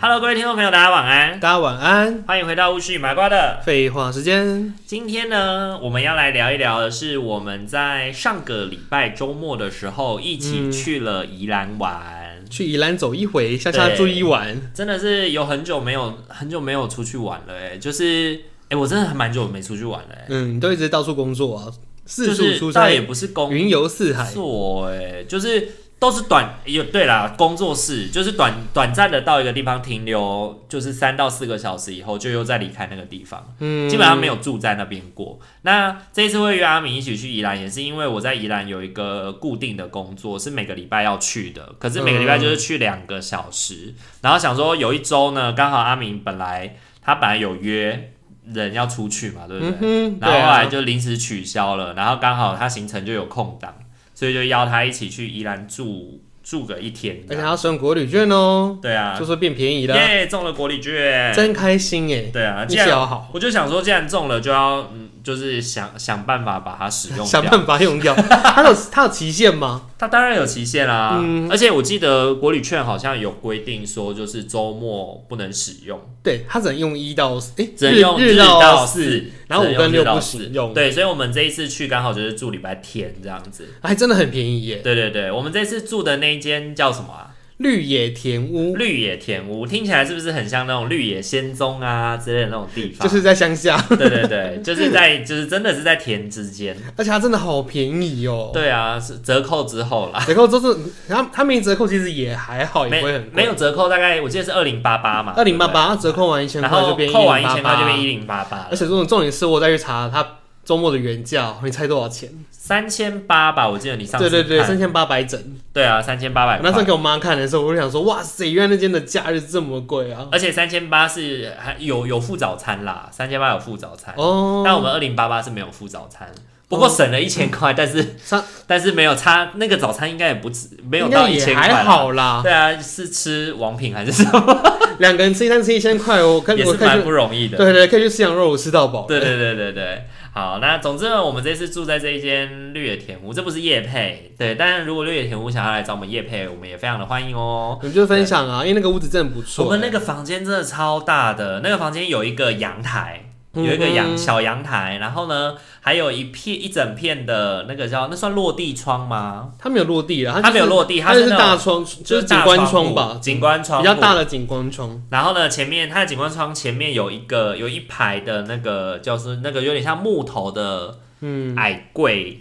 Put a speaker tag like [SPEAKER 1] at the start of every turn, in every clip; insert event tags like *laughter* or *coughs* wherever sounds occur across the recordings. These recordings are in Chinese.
[SPEAKER 1] Hello，各位听众朋友，大家晚安，
[SPEAKER 2] 大家晚安。
[SPEAKER 1] 欢迎回到巫师与麻瓜的。
[SPEAKER 2] 废话时间，
[SPEAKER 1] 今天呢，我们要来聊一聊的是我们在上个礼拜周末的时候一
[SPEAKER 2] 嗯
[SPEAKER 1] 起去了宜兰玩。
[SPEAKER 2] 去宜兰走一回，下下住一晚。
[SPEAKER 1] 真的是有很久没有很久没有出去玩了哎、就是哎、我真的还蛮久没出去玩了哎、
[SPEAKER 2] 嗯，你都一直到处工作啊，
[SPEAKER 1] 就
[SPEAKER 2] 四处
[SPEAKER 1] 是
[SPEAKER 2] 出
[SPEAKER 1] 倒
[SPEAKER 2] 差，
[SPEAKER 1] 也不是工
[SPEAKER 2] 云游四海。
[SPEAKER 1] 作哎、就是都是短有对啦，工作室就是短短暂的到一个地方停留，就是三到四个小时以后就又再离开那个地方，
[SPEAKER 2] 嗯，
[SPEAKER 1] 基本上没有住在那边过。那这一次会约阿明一起去宜兰，也是因为我在宜兰有一个固定的工作，是每个礼拜要去的，可是每个礼拜
[SPEAKER 2] 嗯
[SPEAKER 1] 就是去两个小时，然后想说有一周呢，刚好阿明本来他本来有约人要出去嘛，对不对？
[SPEAKER 2] 嗯哼，
[SPEAKER 1] 然
[SPEAKER 2] 对
[SPEAKER 1] 后后
[SPEAKER 2] 啊
[SPEAKER 1] 来就临时取消了，然后刚好他行程就有空档，所以就邀他一起去宜兰住住个一天这
[SPEAKER 2] 而且
[SPEAKER 1] 样。
[SPEAKER 2] 还要送国旅券哦，
[SPEAKER 1] 对啊
[SPEAKER 2] 哎就，说变便宜了，
[SPEAKER 1] 耶，中了国礼券。
[SPEAKER 2] 真开心耶！
[SPEAKER 1] 对啊，
[SPEAKER 2] 运
[SPEAKER 1] 既
[SPEAKER 2] 气
[SPEAKER 1] 然
[SPEAKER 2] 好好，
[SPEAKER 1] 我就想说，既然中了，就要嗯，就是想想办法把它使用
[SPEAKER 2] *laughs* 想
[SPEAKER 1] 掉。
[SPEAKER 2] 办法
[SPEAKER 1] *laughs*
[SPEAKER 2] 用掉。它有它有期限吗？
[SPEAKER 1] 它当然有期限啦、
[SPEAKER 2] 嗯
[SPEAKER 1] 而且我记得国旅券好像有规定说，就是周末不能使用，
[SPEAKER 2] 对，它只能用一到四，哎，
[SPEAKER 1] 只能用
[SPEAKER 2] 日
[SPEAKER 1] 到
[SPEAKER 2] 到
[SPEAKER 1] 四，
[SPEAKER 2] 然后
[SPEAKER 1] 只能
[SPEAKER 2] 五
[SPEAKER 1] 用
[SPEAKER 2] 跟六
[SPEAKER 1] 日到
[SPEAKER 2] 不
[SPEAKER 1] 四
[SPEAKER 2] 行用，
[SPEAKER 1] 对，所以我们这一次去刚好就是住礼拜天这样子。
[SPEAKER 2] 还真的很便宜耶。
[SPEAKER 1] 对对对，我们这次住的那一间叫什么啊？
[SPEAKER 2] 绿野田屋
[SPEAKER 1] 绿野田屋，听起来是不是很像那种绿野仙踪啊之类的那种地方？
[SPEAKER 2] 就是在乡下，
[SPEAKER 1] 对对对，就是在就是真的是在田之间。
[SPEAKER 2] 而且它真的好便宜哦。
[SPEAKER 1] 对啊，是折扣之后啦，
[SPEAKER 2] 折扣都是，他他没折扣，其实也还好，哦也
[SPEAKER 1] 没
[SPEAKER 2] 不会很贵。
[SPEAKER 1] 没有折扣，大概我记得是二零八八嘛，
[SPEAKER 2] 二零八
[SPEAKER 1] 对
[SPEAKER 2] 八折扣完一千
[SPEAKER 1] 不对，然
[SPEAKER 2] 块就
[SPEAKER 1] 后
[SPEAKER 2] 变
[SPEAKER 1] 扣完一千块就变
[SPEAKER 2] 1088
[SPEAKER 1] 一零八八
[SPEAKER 2] 而，且重重点是我再去查它周末的原价，你猜多少钱？
[SPEAKER 1] 三千八吧，我记得你上次
[SPEAKER 2] 对对对，
[SPEAKER 1] 看
[SPEAKER 2] 三千八百整。
[SPEAKER 1] 对啊，三千八百
[SPEAKER 2] 我那时候
[SPEAKER 1] 块。
[SPEAKER 2] 给我妈看的时候，我就想说，哇塞，原来那间的假日这么贵啊！
[SPEAKER 1] 而且三千八是还有有附早餐啦，三千八有附早餐，
[SPEAKER 2] 哦，
[SPEAKER 1] 但我们二零八八是没有附早餐，不过省了一千块，但是
[SPEAKER 2] 嗯上
[SPEAKER 1] 但是没有差，那个早餐应该也不止，没有
[SPEAKER 2] 应
[SPEAKER 1] 到
[SPEAKER 2] 该
[SPEAKER 1] 一
[SPEAKER 2] 也
[SPEAKER 1] 千块啦。
[SPEAKER 2] 还好
[SPEAKER 1] *laughs*
[SPEAKER 2] 啦，
[SPEAKER 1] 对啊，是吃王品还是什么？
[SPEAKER 2] 两个人吃一餐吃一千块，我可
[SPEAKER 1] 也
[SPEAKER 2] 我
[SPEAKER 1] 是
[SPEAKER 2] 可以
[SPEAKER 1] 蛮
[SPEAKER 2] 去，
[SPEAKER 1] 不容易
[SPEAKER 2] 对
[SPEAKER 1] 的。
[SPEAKER 2] 对，对可以去吃羊肉，我吃到饱。
[SPEAKER 1] 对对对对对，好，那总之呢，我们这次住在这一间绿野田屋，这不是夜配，对，但如果绿野田屋想要来找我们夜配，我们也非常的欢迎哦。
[SPEAKER 2] 我们就分享啊，因为那个屋子真的不
[SPEAKER 1] 我
[SPEAKER 2] 错。
[SPEAKER 1] 们那个房间真的超大的，那个房间有一个阳台，有一个阳
[SPEAKER 2] 嗯哼
[SPEAKER 1] 小阳台，然后呢，还有一片一整片的那个叫那算落地窗吗？
[SPEAKER 2] 它没有落地啊，
[SPEAKER 1] 它没有
[SPEAKER 2] 就是
[SPEAKER 1] 落地它
[SPEAKER 2] 它
[SPEAKER 1] 是
[SPEAKER 2] 就是
[SPEAKER 1] 那种
[SPEAKER 2] 大窗，就是景
[SPEAKER 1] 大
[SPEAKER 2] 观
[SPEAKER 1] 窗
[SPEAKER 2] 窗
[SPEAKER 1] 户
[SPEAKER 2] 吧，
[SPEAKER 1] 景观窗
[SPEAKER 2] 比较
[SPEAKER 1] 户
[SPEAKER 2] 大的景观窗。
[SPEAKER 1] 然后呢，前面它的景观窗前面有一个有一排的那个，就是那个有点像木头的
[SPEAKER 2] 嗯，
[SPEAKER 1] 矮柜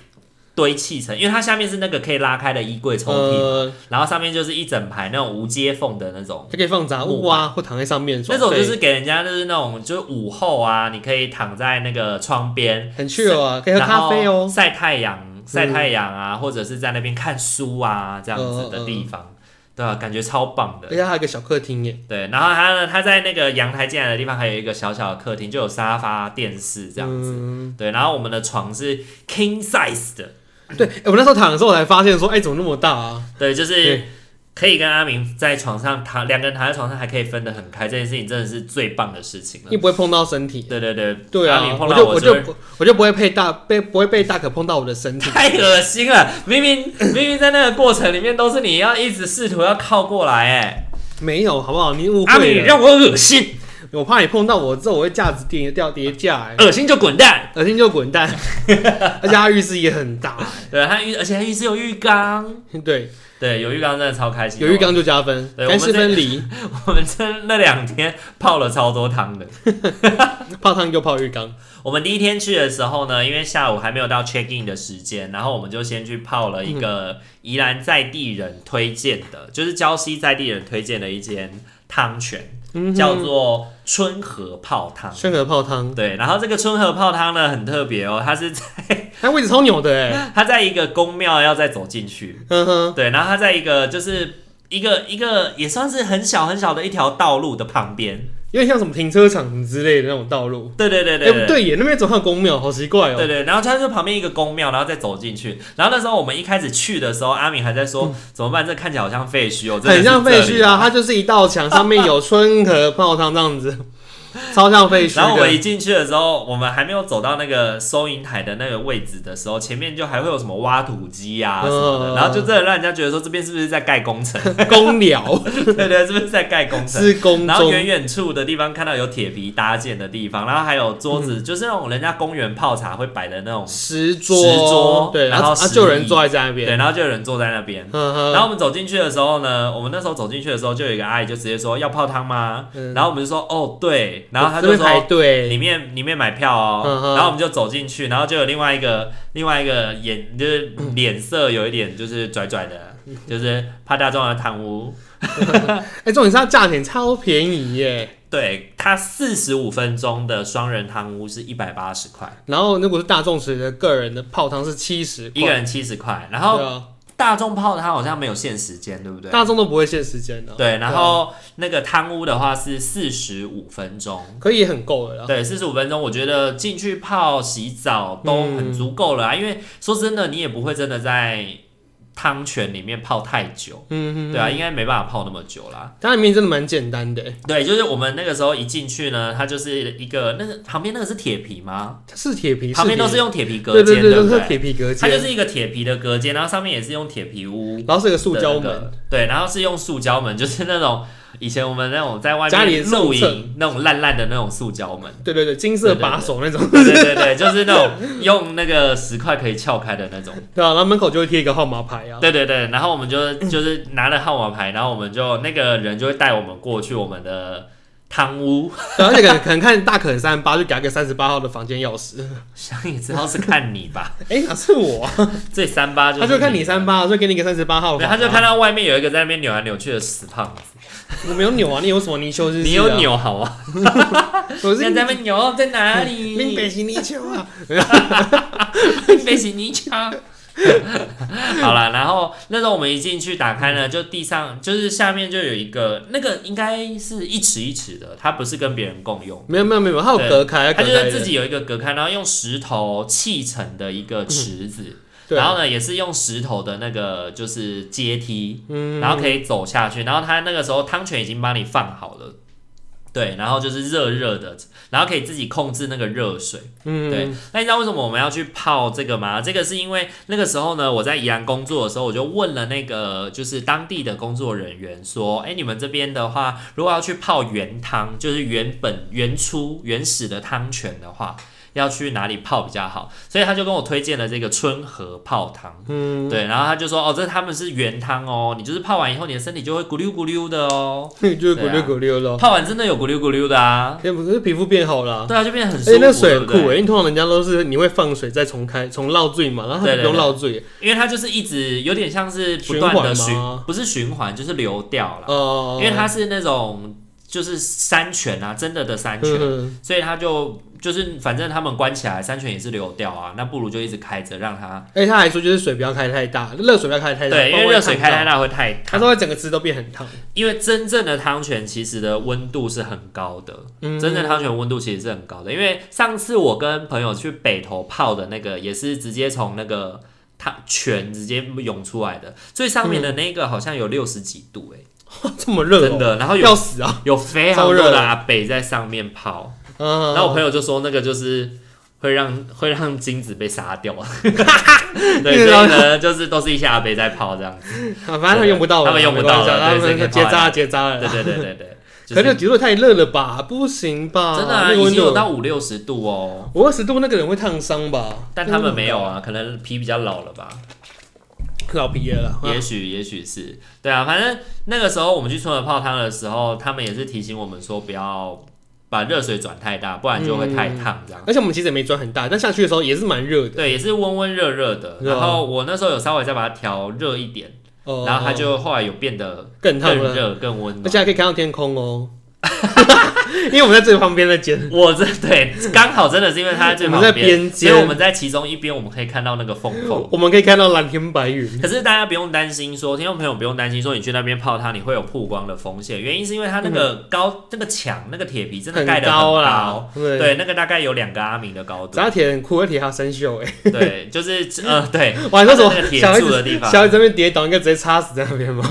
[SPEAKER 1] 堆砌成，因为它下面是那个可以拉开的衣柜抽屉，
[SPEAKER 2] 呃，
[SPEAKER 1] 然后上面就是一整排那种无接缝的那种。
[SPEAKER 2] 就可以放杂物啊，或躺在上面
[SPEAKER 1] 那
[SPEAKER 2] 爽
[SPEAKER 1] 种
[SPEAKER 2] 睡。
[SPEAKER 1] 就是给人家就是那种就是午后啊，你可以躺在那个窗边，
[SPEAKER 2] 很 chill 啊，可以喝咖啡
[SPEAKER 1] 然后
[SPEAKER 2] 哦。
[SPEAKER 1] 晒太阳、晒太阳啊，或者是在那边看书啊这样子的地方，
[SPEAKER 2] 哦
[SPEAKER 1] 对啊，感觉超棒的
[SPEAKER 2] 而。且还有一个小客厅耶，
[SPEAKER 1] 对，然后它呢，它在那个阳台进来的地方还有一个小小的客厅，就有沙发、电视这样子。
[SPEAKER 2] 嗯，
[SPEAKER 1] 对，然后我们的床是 king size 的，
[SPEAKER 2] 对，哎我那时候躺的时候，我才发现说，哎，怎么那么大啊？
[SPEAKER 1] 对，就是
[SPEAKER 2] 对
[SPEAKER 1] 可以跟阿明在床上躺，两个人躺在床上还可以分得很开，这件事情真的是最棒的事情了
[SPEAKER 2] 又。不会碰到身体。
[SPEAKER 1] 对对对，
[SPEAKER 2] 对
[SPEAKER 1] 阿
[SPEAKER 2] 啊，
[SPEAKER 1] 明碰
[SPEAKER 2] 我
[SPEAKER 1] 到
[SPEAKER 2] 就
[SPEAKER 1] 我
[SPEAKER 2] 我
[SPEAKER 1] 就
[SPEAKER 2] 就
[SPEAKER 1] 会
[SPEAKER 2] 不我就不会被大被不会被大可碰到我的身体。
[SPEAKER 1] *laughs* 太恶心了，明明明明在那个过程里面都是你要一直试图要靠过来，哎，
[SPEAKER 2] 没有，好不好？你误
[SPEAKER 1] 阿明
[SPEAKER 2] 会
[SPEAKER 1] 你
[SPEAKER 2] 了，
[SPEAKER 1] 让我恶心，
[SPEAKER 2] 我怕你碰到我之后，我会架子跌掉跌架，哎，
[SPEAKER 1] 恶心就滚蛋。
[SPEAKER 2] 恶心就滚
[SPEAKER 1] *laughs*
[SPEAKER 2] 蛋。而且它浴室也很大，
[SPEAKER 1] 对，他浴而且他浴室有浴缸，
[SPEAKER 2] 对，
[SPEAKER 1] 对，有浴缸真的超开心的，
[SPEAKER 2] 有浴缸就加分，
[SPEAKER 1] 对我
[SPEAKER 2] 干
[SPEAKER 1] 们
[SPEAKER 2] 湿
[SPEAKER 1] 这
[SPEAKER 2] 分离，
[SPEAKER 1] 我 *laughs* 们真那两天泡了超多汤的。
[SPEAKER 2] *laughs* 泡汤就泡浴缸。
[SPEAKER 1] 我们第一天去的时候呢，因为下午还没有到 check in 的时间，然后我们就先去泡了一
[SPEAKER 2] 嗯
[SPEAKER 1] 个宜兰在地人推荐的，就是礁溪在地人推荐的一间汤泉，
[SPEAKER 2] 嗯哼，
[SPEAKER 1] 叫做春和泡汤。
[SPEAKER 2] 春和泡汤，
[SPEAKER 1] 对，然后这个春和泡汤呢很特别哦，它是 *laughs* 在
[SPEAKER 2] 它位置超扭的哎，
[SPEAKER 1] 它在一个宫庙要再走进去，
[SPEAKER 2] 嗯哼。
[SPEAKER 1] 对，然后它在一个就是一个一个也算是很小很小的一条道路的旁边，
[SPEAKER 2] 有点像什么停车场什么之类的那种道路。
[SPEAKER 1] 对对对
[SPEAKER 2] 哎，
[SPEAKER 1] 对
[SPEAKER 2] 不对耶，那边总还有公庙，好奇怪
[SPEAKER 1] 对
[SPEAKER 2] 哦。
[SPEAKER 1] 对，然后它就旁边一个宫庙，然后再走进去。然后那时候我们一开始去的时候，阿敏还在说、怎么办，这看起来好像废墟哦，真的
[SPEAKER 2] 嗯很
[SPEAKER 1] 是
[SPEAKER 2] 像废
[SPEAKER 1] 这
[SPEAKER 2] 墟
[SPEAKER 1] 里。
[SPEAKER 2] 啊，它就是一道墙，上面有春和泡汤这样 *laughs* 子，超像废墟的。
[SPEAKER 1] 然后我们一进去的时候，我们还没有走到那个收银台的那个位置的时候，前面就还会有什么挖土机啊什么的，
[SPEAKER 2] 嗯
[SPEAKER 1] 然后就真的让人家觉得说这边是不是在盖工程？
[SPEAKER 2] *laughs* 公寮
[SPEAKER 1] *laughs* 对对，是不是在盖工程？
[SPEAKER 2] 是宫
[SPEAKER 1] 然后
[SPEAKER 2] 中
[SPEAKER 1] 远远处的地方看到有铁皮搭建的地方，然后还有桌子，
[SPEAKER 2] 嗯
[SPEAKER 1] 就是那种人家公园泡茶会摆的那种，
[SPEAKER 2] 石桌，
[SPEAKER 1] 石桌
[SPEAKER 2] 对，
[SPEAKER 1] 然后
[SPEAKER 2] 啊
[SPEAKER 1] 石
[SPEAKER 2] 就有人
[SPEAKER 1] 椅
[SPEAKER 2] 坐在那边，嗯
[SPEAKER 1] 对，然后就有人坐在那边。
[SPEAKER 2] 呵呵
[SPEAKER 1] 然后我们走进去的时候呢，我们那时候走进去的时候，就有一个阿姨就直接说要泡汤吗？
[SPEAKER 2] 嗯
[SPEAKER 1] 然后我们就说哦对，然后她就
[SPEAKER 2] 这边排
[SPEAKER 1] 说里
[SPEAKER 2] 队，
[SPEAKER 1] 面里面买票
[SPEAKER 2] 嗯
[SPEAKER 1] 哦，
[SPEAKER 2] 哼
[SPEAKER 1] 然后我们就走进去，然后就有另外一个另外一个眼就是脸色有一点就是拽拽
[SPEAKER 2] *laughs*
[SPEAKER 1] 的，就是怕大众来贪污。
[SPEAKER 2] 哎、重点是它价钱超便宜耶。
[SPEAKER 1] 对，它四十五分钟的双人汤屋是一百八十块，
[SPEAKER 2] 然后如果是大众池的个人的泡汤是七十块，
[SPEAKER 1] 一个人七十块，然
[SPEAKER 2] 对
[SPEAKER 1] 后
[SPEAKER 2] 啊，
[SPEAKER 1] 大众泡它好像没有限时间，对不对？
[SPEAKER 2] 大众都不会限时间的，
[SPEAKER 1] 对，然
[SPEAKER 2] 对啊
[SPEAKER 1] 后那个汤屋的话是四十五分钟。
[SPEAKER 2] 可以也很够了啦。
[SPEAKER 1] 对，四十五分钟，我觉得进去泡、洗澡都很足够
[SPEAKER 2] 嗯
[SPEAKER 1] 了啊。因为说真的，你也不会真的在汤泉里面泡太久，
[SPEAKER 2] 嗯，
[SPEAKER 1] 对啊，应该没办法泡那么久啦。
[SPEAKER 2] 它里面真的蛮简单的耶，
[SPEAKER 1] 对，就是我们那个时候一进去呢，它就是一个那个旁边那个是铁皮吗？
[SPEAKER 2] 它是铁皮，
[SPEAKER 1] 旁边都是
[SPEAKER 2] 铁
[SPEAKER 1] 用铁皮
[SPEAKER 2] 皮
[SPEAKER 1] 隔间，
[SPEAKER 2] 对对，
[SPEAKER 1] 不
[SPEAKER 2] 都是
[SPEAKER 1] 对？
[SPEAKER 2] 铁皮隔
[SPEAKER 1] 它就
[SPEAKER 2] 间，
[SPEAKER 1] 是一个铁皮的隔间，然后上面也是用铁皮屋的
[SPEAKER 2] 然后是一个塑胶
[SPEAKER 1] 那个
[SPEAKER 2] 门，，
[SPEAKER 1] 对，然后是用塑胶门，就是那种以前我们那种在外
[SPEAKER 2] 家里
[SPEAKER 1] 面
[SPEAKER 2] 的
[SPEAKER 1] 露
[SPEAKER 2] 手册
[SPEAKER 1] 营那种烂烂的那种塑胶
[SPEAKER 2] *laughs*
[SPEAKER 1] 门。
[SPEAKER 2] 对对对，金
[SPEAKER 1] 对对
[SPEAKER 2] 色把
[SPEAKER 1] 对
[SPEAKER 2] 手那种，
[SPEAKER 1] 对对对，就是那种用那个石块可以撬开的那种。
[SPEAKER 2] 对啊，然后门口就会贴一个号码牌啊，
[SPEAKER 1] 对对对，然后我们就就是拿了号码牌，然后我们就那个人就会带我们过去我们的汤屋， *laughs*
[SPEAKER 2] 对而且可能可能看大可三八，就给他个三十八号的房间钥匙，
[SPEAKER 1] 想也知道是看你
[SPEAKER 2] *laughs*
[SPEAKER 1] 吧，
[SPEAKER 2] 哎、哪是我啊、
[SPEAKER 1] 最三八就
[SPEAKER 2] 他
[SPEAKER 1] 是
[SPEAKER 2] 就看你三
[SPEAKER 1] 八。
[SPEAKER 2] 八，所以给你个三十八号
[SPEAKER 1] 对，
[SPEAKER 2] 房啊、
[SPEAKER 1] 他就看到外面有一个在那边扭来扭去的死胖子，
[SPEAKER 2] 我没有扭啊，你有什么泥鳅是？
[SPEAKER 1] 你有，扭好吗？
[SPEAKER 2] 我是
[SPEAKER 1] 在那边扭在哪
[SPEAKER 2] *laughs* 拎北
[SPEAKER 1] *laughs* 里？
[SPEAKER 2] 行泥鳅啊，
[SPEAKER 1] 被洗泥
[SPEAKER 2] *laughs*
[SPEAKER 1] 鳅。好了，然后那时候我们一进去打开呢，就地上就是下面就有一个那个应该是一尺一尺的，它不是跟别人共用，
[SPEAKER 2] 没有没有没有，它有隔开，
[SPEAKER 1] 它
[SPEAKER 2] 它
[SPEAKER 1] 就
[SPEAKER 2] 隔开
[SPEAKER 1] 是
[SPEAKER 2] 的
[SPEAKER 1] 自己有一个隔开，然后用石头砌成的一个池子，
[SPEAKER 2] 对，
[SPEAKER 1] 然后呢也是用石头的那个就是阶梯，
[SPEAKER 2] 嗯
[SPEAKER 1] 然后可以走下去，然后它那个时候汤泉已经帮你放好了。对，然后就是热热的，然后可以自己控制那个热水。
[SPEAKER 2] 嗯
[SPEAKER 1] 对，那你知道为什么我们要去泡这个吗？这个是因为那个时候呢，我在宜兰工作的时候，我就问了那个就是当地的工作人员说，哎，你们这边的话，如果要去泡原汤，就是原本原初原始的汤泉的话。要去哪里泡比较好？所以他就跟我推荐了这个春和泡汤，嗯，对，然后他就说，哦，这他们是原汤哦，你就是泡完以后，你的身体就会咕溜咕溜的哦，
[SPEAKER 2] 就是咕溜咕溜咯。
[SPEAKER 1] 泡完真的有咕溜咕溜的啊，
[SPEAKER 2] 哎，不是皮肤变好了，
[SPEAKER 1] 对啊，就变得很舒
[SPEAKER 2] 而且
[SPEAKER 1] 服，
[SPEAKER 2] 那水
[SPEAKER 1] 对
[SPEAKER 2] 很
[SPEAKER 1] 不
[SPEAKER 2] 酷
[SPEAKER 1] 对
[SPEAKER 2] 哎，因为通常人家都是你会放水再重开，重绕醉嘛，然后它
[SPEAKER 1] 对
[SPEAKER 2] 不
[SPEAKER 1] 对
[SPEAKER 2] 用
[SPEAKER 1] 对
[SPEAKER 2] 绕醉，
[SPEAKER 1] 因为它就是一直有点像是不断的循
[SPEAKER 2] 循环吗，
[SPEAKER 1] 不是循环就是流掉了，
[SPEAKER 2] 哦，
[SPEAKER 1] 因为它是那种就是山泉啊，真的的山
[SPEAKER 2] 嗯
[SPEAKER 1] 泉，
[SPEAKER 2] 哼
[SPEAKER 1] 所以它就就是反正他们关起来，山泉也是流掉啊，那不如就一直开着让它
[SPEAKER 2] 而且哎他还说就是水不要开太大，热水不要开太大，
[SPEAKER 1] 对，因为热水开太
[SPEAKER 2] 大，
[SPEAKER 1] 大会太
[SPEAKER 2] 他
[SPEAKER 1] 烫，
[SPEAKER 2] 说它整个汁都变很烫， *laughs*
[SPEAKER 1] 因为真正的汤泉其实的温度是很高的，
[SPEAKER 2] 嗯
[SPEAKER 1] 真正汤泉温度其实是很高的，因为上次我跟朋友去北投泡的那个，也是直接从那个汤泉直接涌出来的，最上面的那个好像有六十几度、欸，
[SPEAKER 2] 这么热哦，
[SPEAKER 1] 真的，然后有
[SPEAKER 2] *laughs* 要死啊！
[SPEAKER 1] 有非常
[SPEAKER 2] 超
[SPEAKER 1] 多
[SPEAKER 2] 热
[SPEAKER 1] 的
[SPEAKER 2] 的
[SPEAKER 1] 阿北在上面泡，
[SPEAKER 2] 嗯
[SPEAKER 1] 然后我朋友就说那个就是。会让会让精子被杀掉，啊
[SPEAKER 2] *laughs*
[SPEAKER 1] 对，所以呢，就是都是一些阿北在泡这样子，
[SPEAKER 2] 啊，反正他用不到了，
[SPEAKER 1] 他们用不到了对
[SPEAKER 2] 没关系啊他
[SPEAKER 1] 所以可以
[SPEAKER 2] 们结扎了结扎
[SPEAKER 1] 对
[SPEAKER 2] 了。
[SPEAKER 1] 对对对对，就
[SPEAKER 2] 可
[SPEAKER 1] 是
[SPEAKER 2] 是极度太热了吧？不行吧？
[SPEAKER 1] 真的啊，
[SPEAKER 2] 那个
[SPEAKER 1] 已
[SPEAKER 2] 温
[SPEAKER 1] 经有
[SPEAKER 2] 度
[SPEAKER 1] 到五六十度哦，
[SPEAKER 2] 五二十度那个人会烫伤吧？
[SPEAKER 1] 但他们没有
[SPEAKER 2] 嗯
[SPEAKER 1] 啊，可能皮比较老了吧。
[SPEAKER 2] 老皮了嗯啦，
[SPEAKER 1] 也许也许是对啊，反正那个时候我们去春和泡汤的时候，他们也是提醒我们说不要把热水转太大，不然就会太烫这样。
[SPEAKER 2] 而且我们其实也没转很大，但下去的时候也是蛮热的。
[SPEAKER 1] 对，也是温温热热的。
[SPEAKER 2] 对啊
[SPEAKER 1] 然后我那时候有稍微再把它调热一点，
[SPEAKER 2] 哦，
[SPEAKER 1] 然后它就后来有变得
[SPEAKER 2] 更烫
[SPEAKER 1] 更
[SPEAKER 2] 了，
[SPEAKER 1] 热、更温
[SPEAKER 2] 而
[SPEAKER 1] 暖。
[SPEAKER 2] 且还可以看到天空哦。 *laughs* 因为我们在最旁边的间，
[SPEAKER 1] 我这对刚好真的是因为它在最
[SPEAKER 2] 我
[SPEAKER 1] 旁
[SPEAKER 2] 们在
[SPEAKER 1] 边，
[SPEAKER 2] 边
[SPEAKER 1] 所
[SPEAKER 2] 间
[SPEAKER 1] 以我们在其中一边，我们可以看到那个缝缝。
[SPEAKER 2] 我们可以看到蓝天白云。
[SPEAKER 1] 可是大家不用担心说，听众朋友不用担心说，你去那边泡汤你会有曝光的风险，原因是因为它那个高、那个墙那个铁皮真的
[SPEAKER 2] 嗯很
[SPEAKER 1] 盖的
[SPEAKER 2] 高
[SPEAKER 1] 啦，
[SPEAKER 2] 啦对
[SPEAKER 1] 对，那个大概有两个阿明的高度，
[SPEAKER 2] 扎铁很酷，而且它生
[SPEAKER 1] *laughs*
[SPEAKER 2] 锈哎、
[SPEAKER 1] 对，就是呃对，
[SPEAKER 2] 我还说什么
[SPEAKER 1] 它那个铁
[SPEAKER 2] 小孩
[SPEAKER 1] 柱
[SPEAKER 2] 子
[SPEAKER 1] 的地方，
[SPEAKER 2] 小孩子在那边跌倒，应该直接插死在那边吗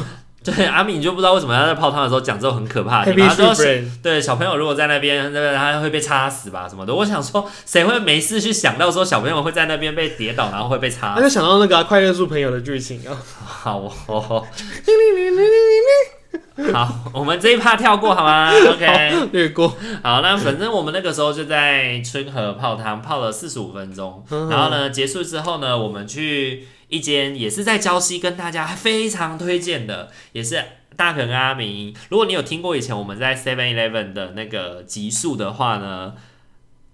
[SPEAKER 1] 对阿明你就不知道为什么他在泡汤的时候讲这种很可怕的地
[SPEAKER 2] ？Happy
[SPEAKER 1] 方，他
[SPEAKER 2] Tree
[SPEAKER 1] 啊说
[SPEAKER 2] Friend，
[SPEAKER 1] 对小朋友如果在那边，那个他会被插死吧什么的，我想说谁会没事去想到说小朋友会在那边被跌倒，然后会被插
[SPEAKER 2] 他就想到那个啊、快乐树朋友的剧情
[SPEAKER 1] *laughs*
[SPEAKER 2] 啊。
[SPEAKER 1] 好哦，好，我们这一趴跳过好吗？OK，
[SPEAKER 2] 好略过。
[SPEAKER 1] *laughs* 好，那反正我们那个时候就在春河泡汤，泡了四十五分钟，
[SPEAKER 2] 嗯
[SPEAKER 1] 然后呢，结束之后呢，我们去一间也是在礁溪，跟大家非常推荐的，也是。大肯跟阿明，如果你有听过以前我们在 Seven Eleven 的那个集数的话呢，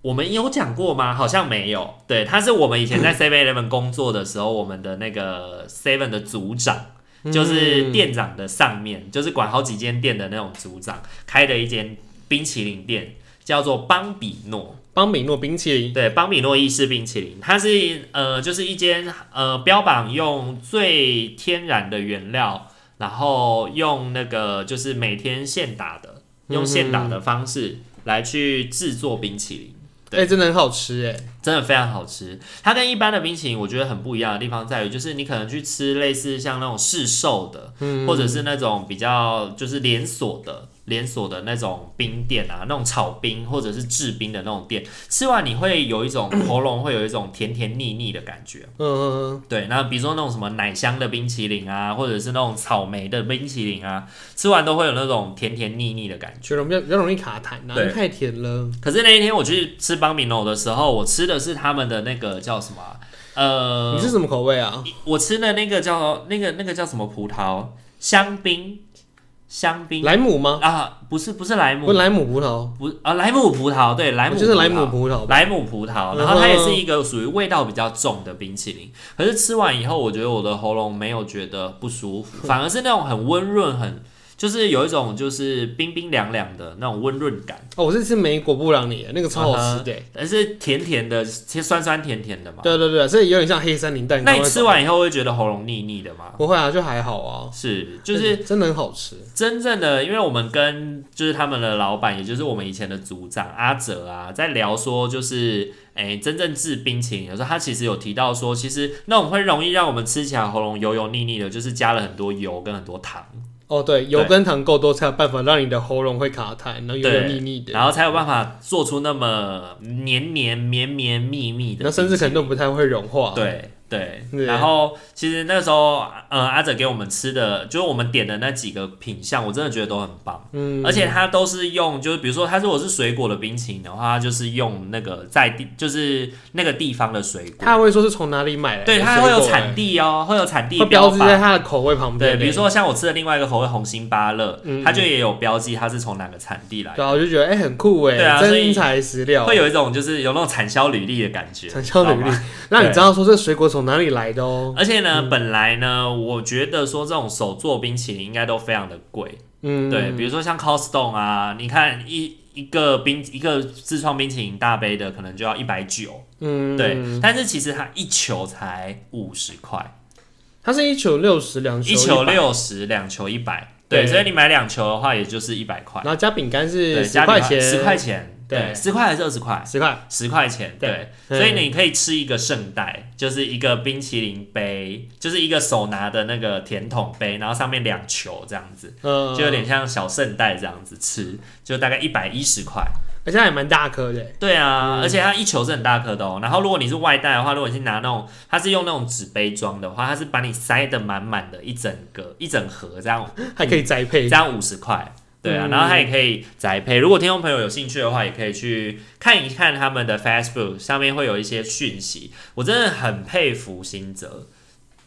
[SPEAKER 1] 我们有讲过吗？好像没有。对，他是我们以前在 Seven Eleven 工作的时候，我们的那个 Seven 的组长，就是店长的上面，就是管好几间店的那种组长开的一间冰淇淋店，叫做邦比诺。
[SPEAKER 2] 邦比诺冰淇淋，
[SPEAKER 1] 对，邦比诺意式冰淇淋，它是呃，就是一间呃标榜用最天然的原料，然后用那个就是每天现打的，用现打的方式来去制作冰淇淋。
[SPEAKER 2] 哎、真的很好吃哎、
[SPEAKER 1] 真的非常好吃。它跟一般的冰淇淋，我觉得很不一样的地方在于，就是你可能去吃类似像那种市售的，
[SPEAKER 2] 嗯
[SPEAKER 1] 或者是那种比较就是连锁的。连锁的那种冰店啊，那种炒冰或者是制冰的那种店，吃完你会有一种喉咙会有一种甜甜腻腻的感觉。
[SPEAKER 2] 嗯，
[SPEAKER 1] 对，那比如说那种什么奶香的冰淇淋啊，或者是那种草莓的冰淇淋啊，吃完都会有那种甜甜腻腻的感觉。
[SPEAKER 2] 觉得比较比较容易卡痰呐、啊，
[SPEAKER 1] 对
[SPEAKER 2] 因为太甜了。
[SPEAKER 1] 可是那一天我去吃邦米诺的时候，我吃的是他们的那个叫什么啊、呃，
[SPEAKER 2] 你是什么口味啊？
[SPEAKER 1] 我吃的那个叫那个那个叫什么葡萄香槟，香槟
[SPEAKER 2] 莱姆吗？
[SPEAKER 1] 啊，不是不是莱姆，
[SPEAKER 2] 不，莱姆葡萄，
[SPEAKER 1] 不啊莱姆葡萄，对莱姆
[SPEAKER 2] 就是
[SPEAKER 1] 葡
[SPEAKER 2] 莱
[SPEAKER 1] 萄
[SPEAKER 2] 姆葡萄吧。嗯
[SPEAKER 1] 莱姆葡萄，然后它也是一个属于味道比较重的冰淇淋。可是吃完以后，我觉得我的喉咙没有觉得不舒
[SPEAKER 2] *laughs*
[SPEAKER 1] 服，反而是那种很温润，很就是有一种就是冰冰凉凉的那种温润感。
[SPEAKER 2] 哦，我是吃美果布朗尼的，那个超好吃的、欸
[SPEAKER 1] 但是甜甜的，其实酸酸甜甜的嘛。
[SPEAKER 2] 对对对，所以有点像黑森林蛋糕
[SPEAKER 1] 那
[SPEAKER 2] 种。
[SPEAKER 1] 你吃完以后会觉得喉咙腻腻的吗？
[SPEAKER 2] 不会啊，就还好啊，
[SPEAKER 1] 是，就是
[SPEAKER 2] 真的很好吃。
[SPEAKER 1] 真正的，因为我们跟就是他们的老板，也就是我们以前的组长阿哲啊，在聊说，就是诶、真正制冰淇淋的时候，他其实有提到说，其实那种会容易让我们吃起来喉咙油油腻腻的，就是加了很多油跟很多糖，
[SPEAKER 2] 哦，对，油
[SPEAKER 1] 对
[SPEAKER 2] 跟糖够多才有办法让你的喉咙会卡痰，然后有点
[SPEAKER 1] 对
[SPEAKER 2] 腻腻的，
[SPEAKER 1] 然后才有办法做出那么黏黏绵绵密密的冰淇
[SPEAKER 2] 那
[SPEAKER 1] 淋，
[SPEAKER 2] 甚至可能都不太会融化。
[SPEAKER 1] 对对，
[SPEAKER 2] 哦对
[SPEAKER 1] 然后其实那时候，呃，阿哲给我们吃的，就是我们点的那几个品相，我真的觉得都很棒。
[SPEAKER 2] 嗯，
[SPEAKER 1] 而且它都是用，就是比如说，它如果是水果的冰淇淋的话，它就是用那个在地，就是那个地方的水果。
[SPEAKER 2] 他还会说是从哪里买来的水
[SPEAKER 1] 对，
[SPEAKER 2] 果欸，
[SPEAKER 1] 它会有产地哦，会有产地
[SPEAKER 2] 会标记在
[SPEAKER 1] 榜。
[SPEAKER 2] 它的口味旁边
[SPEAKER 1] 对，
[SPEAKER 2] 欸。
[SPEAKER 1] 比如说像我吃的另外一个口味红心芭乐，
[SPEAKER 2] 嗯
[SPEAKER 1] 它就也有标记它是从哪个产地来的，
[SPEAKER 2] 对啊，我就觉得哎、很酷哎、
[SPEAKER 1] 对啊所以
[SPEAKER 2] 真材实料，
[SPEAKER 1] 会有一种就是有那种产销履历的感觉。
[SPEAKER 2] 产销
[SPEAKER 1] 知
[SPEAKER 2] 履
[SPEAKER 1] 道
[SPEAKER 2] 历
[SPEAKER 1] 吗，
[SPEAKER 2] 让你知道说这水果从哪里来的哦、
[SPEAKER 1] 而且呢，本来呢，我觉得说这种手做冰淇淋应该都非常的贵，
[SPEAKER 2] 嗯，
[SPEAKER 1] 对，比如说像 Costco 啊，你看一一个冰一个自创冰淇淋大杯的可能就要一百九，
[SPEAKER 2] 嗯，
[SPEAKER 1] 对，，但是其实它一球才五十块，
[SPEAKER 2] 它是一球六十，两
[SPEAKER 1] 一球
[SPEAKER 2] 100，
[SPEAKER 1] 六十，两球一百，对，
[SPEAKER 2] 对
[SPEAKER 1] 所以你买两球的话，也就是一百块
[SPEAKER 2] 然，后加饼干是
[SPEAKER 1] 对，
[SPEAKER 2] 十块钱，
[SPEAKER 1] 十块钱，
[SPEAKER 2] 对
[SPEAKER 1] 对，十块还是二十块？
[SPEAKER 2] 十块，
[SPEAKER 1] 十块钱，对
[SPEAKER 2] 对，
[SPEAKER 1] 所以你可以吃一个圣代，就是一个冰淇淋杯，就是一个手拿的那个甜筒杯，然后上面两球这样子，
[SPEAKER 2] 嗯，
[SPEAKER 1] 就有点像小圣代这样子吃，就大概一百一十块。
[SPEAKER 2] 而且它也蛮大颗的、
[SPEAKER 1] 对
[SPEAKER 2] 嗯
[SPEAKER 1] 啊，而且它一球是很大颗的哦。然后如果你是外带的话，如果你是拿那种，它是用那种纸杯装的话，它是把你塞得满满的，一整个一整盒这样，
[SPEAKER 2] 还可以栽
[SPEAKER 1] 这
[SPEAKER 2] 培。
[SPEAKER 1] 样五十块。对啊，
[SPEAKER 2] 嗯
[SPEAKER 1] 然后它也可以宅配。如果听众朋友有兴趣的话，也可以去看一看他们的 Facebook 上面会有一些讯息。我真的很佩服新泽，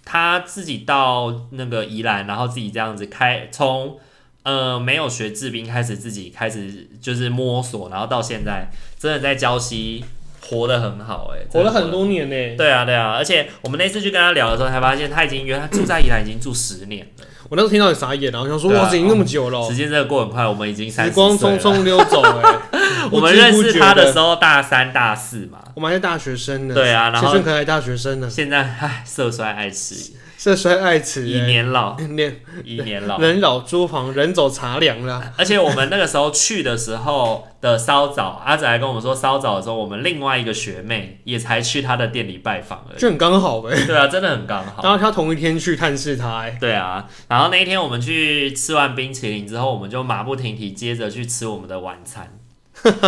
[SPEAKER 1] 他自己到那个宜兰，然后自己这样子开，从呃没有学制冰开始，自己开始就是摸索，然后到现在真的在礁溪活得很好、欸，哎，
[SPEAKER 2] 活了很。多年呢、
[SPEAKER 1] 对啊，对啊，而且我们那次去跟他聊的时候，才发现他已经原来住在宜兰已经住十年了。
[SPEAKER 2] 我那时候听到也傻眼，然后想说
[SPEAKER 1] 对啊
[SPEAKER 2] 哇塞，已经那么久了哦，
[SPEAKER 1] 时间真的过很快，我们已经三
[SPEAKER 2] 时
[SPEAKER 1] 十。
[SPEAKER 2] 光匆匆溜走哎 *laughs*
[SPEAKER 1] 我们认识他的时
[SPEAKER 2] 候，
[SPEAKER 1] 候大三大四嘛，
[SPEAKER 2] 我们还是大学生呢。
[SPEAKER 1] 对啊然后
[SPEAKER 2] 青春可爱大学生呢，
[SPEAKER 1] 现在唉，色衰爱弛，
[SPEAKER 2] 这衰爱此
[SPEAKER 1] 以
[SPEAKER 2] 人，
[SPEAKER 1] 年老，
[SPEAKER 2] 年
[SPEAKER 1] 以年啊老。
[SPEAKER 2] 人老珠黄，人走茶凉啦。
[SPEAKER 1] 而且我们那个时候去的时候的稍早，阿仔还跟我们说，稍早的时候我们另外一个学妹也才去他的店里拜访而
[SPEAKER 2] 就很刚好呗、
[SPEAKER 1] 已。对啊，真的很刚好。
[SPEAKER 2] 然后他同一天去探视他、欸，
[SPEAKER 1] 对啊，然后那一天我们去吃完冰淇淋之后，我们就马不停蹄接着去吃我们的晚餐，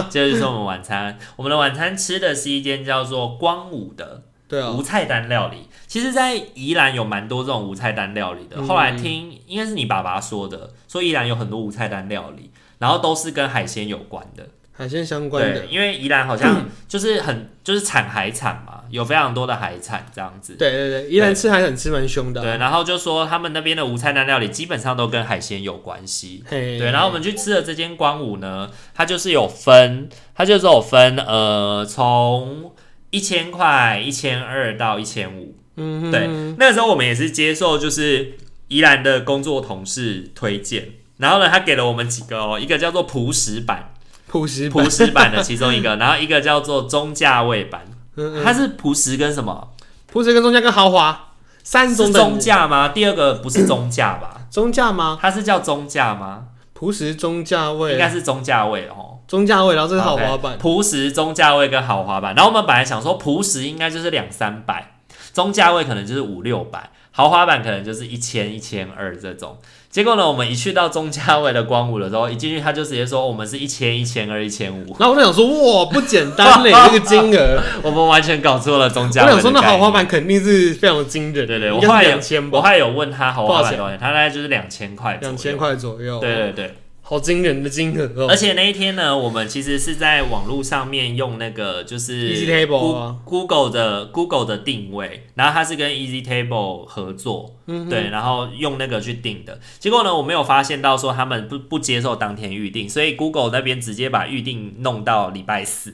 [SPEAKER 1] 接着就是我们晚餐。我们的晚餐吃的是一间叫做光武的
[SPEAKER 2] 对啊，
[SPEAKER 1] 无菜单料理。其实，在宜兰有蛮多这种无菜单料理的。
[SPEAKER 2] 嗯
[SPEAKER 1] 后来听应该是你爸爸说的，说宜兰有很多无菜单料理，然后都是跟海鲜有关的。
[SPEAKER 2] 海鲜相关的
[SPEAKER 1] 对，，因为宜兰好像就是很就是产海产嘛，有非常多的海产这样子
[SPEAKER 2] 对。对对，依然吃海很吃蛮凶的啊、
[SPEAKER 1] 对，然后就说他们那边的无菜单料理基本上都跟海鲜有关系。
[SPEAKER 2] 嘿，
[SPEAKER 1] 对，然后我们去吃的这间光武呢，它就是有分，它就是有分，呃，从一千块、一千二到一千五，
[SPEAKER 2] 嗯哼，
[SPEAKER 1] 对，那个时候我们也是接受就是宜兰的工作同事推荐，然后呢，他给了我们几个哦，一个叫做朴实
[SPEAKER 2] *laughs*
[SPEAKER 1] 版，
[SPEAKER 2] 朴实版，
[SPEAKER 1] 朴实版的其中一个，然后一个叫做中价位版，
[SPEAKER 2] 嗯嗯，
[SPEAKER 1] 它是朴实跟什么？
[SPEAKER 2] 朴实跟中价跟豪华三
[SPEAKER 1] 是
[SPEAKER 2] 种
[SPEAKER 1] 中
[SPEAKER 2] 等级，
[SPEAKER 1] 价吗？第二个不是中价吧？
[SPEAKER 2] 中价吗？
[SPEAKER 1] 它是叫中价吗？
[SPEAKER 2] 朴实中价
[SPEAKER 1] 应该
[SPEAKER 2] 位，
[SPEAKER 1] 是中价位哦。
[SPEAKER 2] 中价位，然后这是豪华
[SPEAKER 1] OK，
[SPEAKER 2] 版，
[SPEAKER 1] 朴实、中价位跟豪华版。然后我们本来想说朴实应该就是两三百，中价位可能就是五六百，豪华版可能就是一千一千二这种。结果呢，我们一去到中价位的光武的时候，一进去他就直接说我们是一千一千二一千五，
[SPEAKER 2] 然后我就想说，哇，不简单嘞、这个
[SPEAKER 1] *laughs*
[SPEAKER 2] 金额，
[SPEAKER 1] 我们完全搞错了中
[SPEAKER 2] 我
[SPEAKER 1] 价位。
[SPEAKER 2] 想说那豪华。版肯定是非常惊人，
[SPEAKER 1] 对对，我
[SPEAKER 2] 应
[SPEAKER 1] 后来
[SPEAKER 2] 该是
[SPEAKER 1] 有
[SPEAKER 2] 两千
[SPEAKER 1] 我
[SPEAKER 2] 吧，
[SPEAKER 1] 后来有问他豪华
[SPEAKER 2] 多少
[SPEAKER 1] 版
[SPEAKER 2] 钱
[SPEAKER 1] 多少钱，他大概就是两千块左右。
[SPEAKER 2] 两千。块左右，啊
[SPEAKER 1] 对，对对。
[SPEAKER 2] 好惊人的金额哦、
[SPEAKER 1] 而且那一天呢，我们其实是在网络上面用那个就是
[SPEAKER 2] Easy Table 啊
[SPEAKER 1] Goo- Google 的 Google 的定位，然后它是跟 Easy Table 合作，
[SPEAKER 2] 嗯
[SPEAKER 1] 对，然后用那个去定的。结果呢，我没有发现到说他们不不接受当天预定，所以 Google 那边直接把预定弄到礼拜四，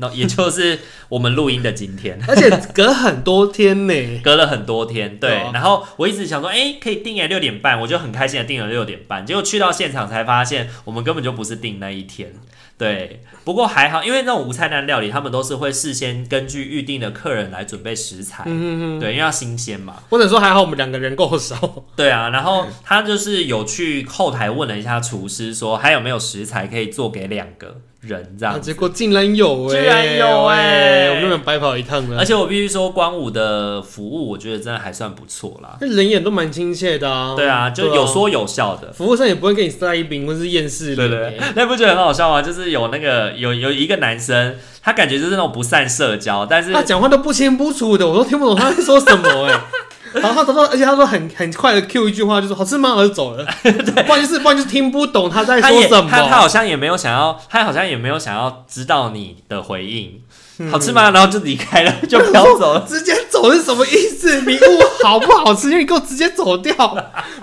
[SPEAKER 1] 那也就是我们录音的今天。
[SPEAKER 2] 而且隔很多天呢、
[SPEAKER 1] 隔了很多天，对，
[SPEAKER 2] 对啊
[SPEAKER 1] 然后我一直想说，哎、可以定哎六点半，我就很开心的定了六点半，结果去到现场才发现，我们根本就不是定那一天，对，不过还好，因为那种无菜单料理，他们都是会事先根据预定的客人来准备食材，
[SPEAKER 2] 嗯嗯嗯，
[SPEAKER 1] 对，因为要新鲜嘛，
[SPEAKER 2] 或者说还好我们两个人够少，
[SPEAKER 1] 对啊，然后他就是有去后台问了一下厨师说还有没有食材可以做给两个人这样
[SPEAKER 2] 啊，结果竟然有哎、哎
[SPEAKER 1] 居然有欸
[SPEAKER 2] 我们根本白跑一趟
[SPEAKER 1] 而
[SPEAKER 2] 了。
[SPEAKER 1] 且我必须说，光武的服务我觉得真的还算不错啦。
[SPEAKER 2] 那人也都蛮亲切的啊，
[SPEAKER 1] 对啊，就
[SPEAKER 2] 对啊
[SPEAKER 1] 有说有笑的。
[SPEAKER 2] 服务生也不会给你塞一饼或是厌世
[SPEAKER 1] 对
[SPEAKER 2] 脸
[SPEAKER 1] 对
[SPEAKER 2] 欸，
[SPEAKER 1] 对，那不觉得很好笑吗？就是有那个有有一个男生，他感觉就是那种不善社交，但是
[SPEAKER 2] 他讲话都不清不楚的，我都听不懂他在说什么
[SPEAKER 1] *laughs*
[SPEAKER 2] 哎、然后他说，而且他说很很快的 Q 一句话，就是好吃吗？我就走
[SPEAKER 1] *laughs*
[SPEAKER 2] 了。不然就是不然就是听不懂他在
[SPEAKER 1] 他
[SPEAKER 2] 说
[SPEAKER 1] 也
[SPEAKER 2] 什
[SPEAKER 1] 他
[SPEAKER 2] 么。
[SPEAKER 1] 他好像也没有想要，他好像也没有想要知道你的回应，
[SPEAKER 2] 嗯
[SPEAKER 1] 好吃吗？然后就离开了， *laughs* 就飘走了。
[SPEAKER 2] 直接走是什么意思？你问我好不好吃，你给我直接
[SPEAKER 1] *laughs*
[SPEAKER 2] 走掉。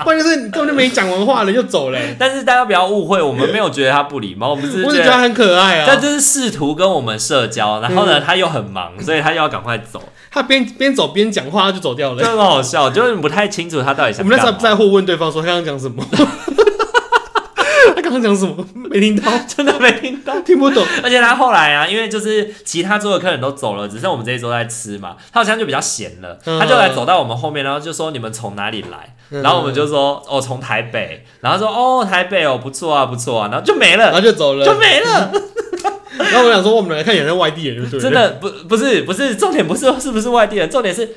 [SPEAKER 2] 不然就是你根本就没讲完话了就走了欸、
[SPEAKER 1] 但是大家不要误会，我们没有觉得他不礼貌，我们只是
[SPEAKER 2] 我只
[SPEAKER 1] 觉
[SPEAKER 2] 觉得他
[SPEAKER 1] 得。
[SPEAKER 2] 很可爱啊。
[SPEAKER 1] 他就是试图跟我们社交，然后呢，
[SPEAKER 2] 嗯
[SPEAKER 1] 他又很忙，所以他又要赶快走，
[SPEAKER 2] 他边边走边讲话，他就走掉
[SPEAKER 1] 就
[SPEAKER 2] 了。
[SPEAKER 1] 很好笑，就是不太清楚他到底
[SPEAKER 2] 我
[SPEAKER 1] 想
[SPEAKER 2] 们那
[SPEAKER 1] 干
[SPEAKER 2] 时候还
[SPEAKER 1] 嘛
[SPEAKER 2] 不。在乎问对方说他刚刚讲什
[SPEAKER 1] *laughs*
[SPEAKER 2] 么，他刚刚讲什么没听到，
[SPEAKER 1] 真的没听到。
[SPEAKER 2] 听不懂。
[SPEAKER 1] *laughs* 而且他后来啊，因为就是其他桌的客人都走了，只剩我们这一桌在吃嘛，他好像就比较闲了，
[SPEAKER 2] 嗯
[SPEAKER 1] 他就来走到我们后面，然后就说你们从哪里来，
[SPEAKER 2] 嗯
[SPEAKER 1] 然后我们就说哦从台北，然后说哦台北哦不错啊不错啊，然后就没
[SPEAKER 2] 然
[SPEAKER 1] 了。
[SPEAKER 2] 后就走了
[SPEAKER 1] 就。没了，
[SPEAKER 2] 嗯 *laughs* 然后我想说，我们两个看起来像外地人，就对了。
[SPEAKER 1] 真，的不不是不是重点不是是不是外地人，重点是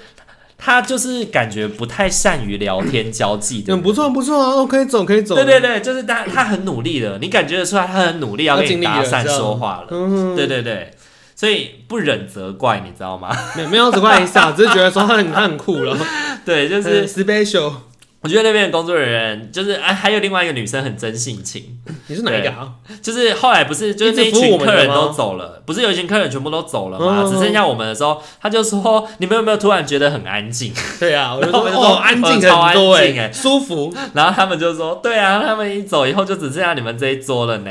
[SPEAKER 1] 他就是感觉不太善于聊天交际的
[SPEAKER 2] 嗯，
[SPEAKER 1] 人，
[SPEAKER 2] 不错不错啊，哦，可以走可以走。
[SPEAKER 1] 对对对，就是他他很努力的，你感觉得出来他很努力要
[SPEAKER 2] 他
[SPEAKER 1] 跟
[SPEAKER 2] 尽
[SPEAKER 1] 你
[SPEAKER 2] 力
[SPEAKER 1] 搭
[SPEAKER 2] 了
[SPEAKER 1] 讪
[SPEAKER 2] 这样
[SPEAKER 1] 说话了，
[SPEAKER 2] 嗯，
[SPEAKER 1] 对对对，所以不忍责怪你知道吗？
[SPEAKER 2] 没没有只怪一下，只是觉得说他很他很酷
[SPEAKER 1] *laughs*
[SPEAKER 2] 了，
[SPEAKER 1] 对，就
[SPEAKER 2] 就是 *laughs* special。
[SPEAKER 1] 我觉得那边的工作人员，就是哎、还有另外一个女生很真性情，
[SPEAKER 2] 你是哪一个啊？
[SPEAKER 1] 就是后来不是就是那一
[SPEAKER 2] 一直服务
[SPEAKER 1] 群
[SPEAKER 2] 我们
[SPEAKER 1] 客
[SPEAKER 2] 的
[SPEAKER 1] 人
[SPEAKER 2] 吗
[SPEAKER 1] 都走了，不是有一群客人全部都走了嘛，
[SPEAKER 2] 嗯
[SPEAKER 1] 只剩下我们的时候，他就说你们有没有突然觉得很安静？ *laughs*
[SPEAKER 2] 对啊，我就
[SPEAKER 1] 然后
[SPEAKER 2] 说
[SPEAKER 1] 我就说
[SPEAKER 2] 哦，安静
[SPEAKER 1] 哦超安
[SPEAKER 2] 很多
[SPEAKER 1] 静欸
[SPEAKER 2] 哎，舒服。嗯
[SPEAKER 1] 然后他们就说对啊，他们一走以后就只剩下你们这一桌了呢。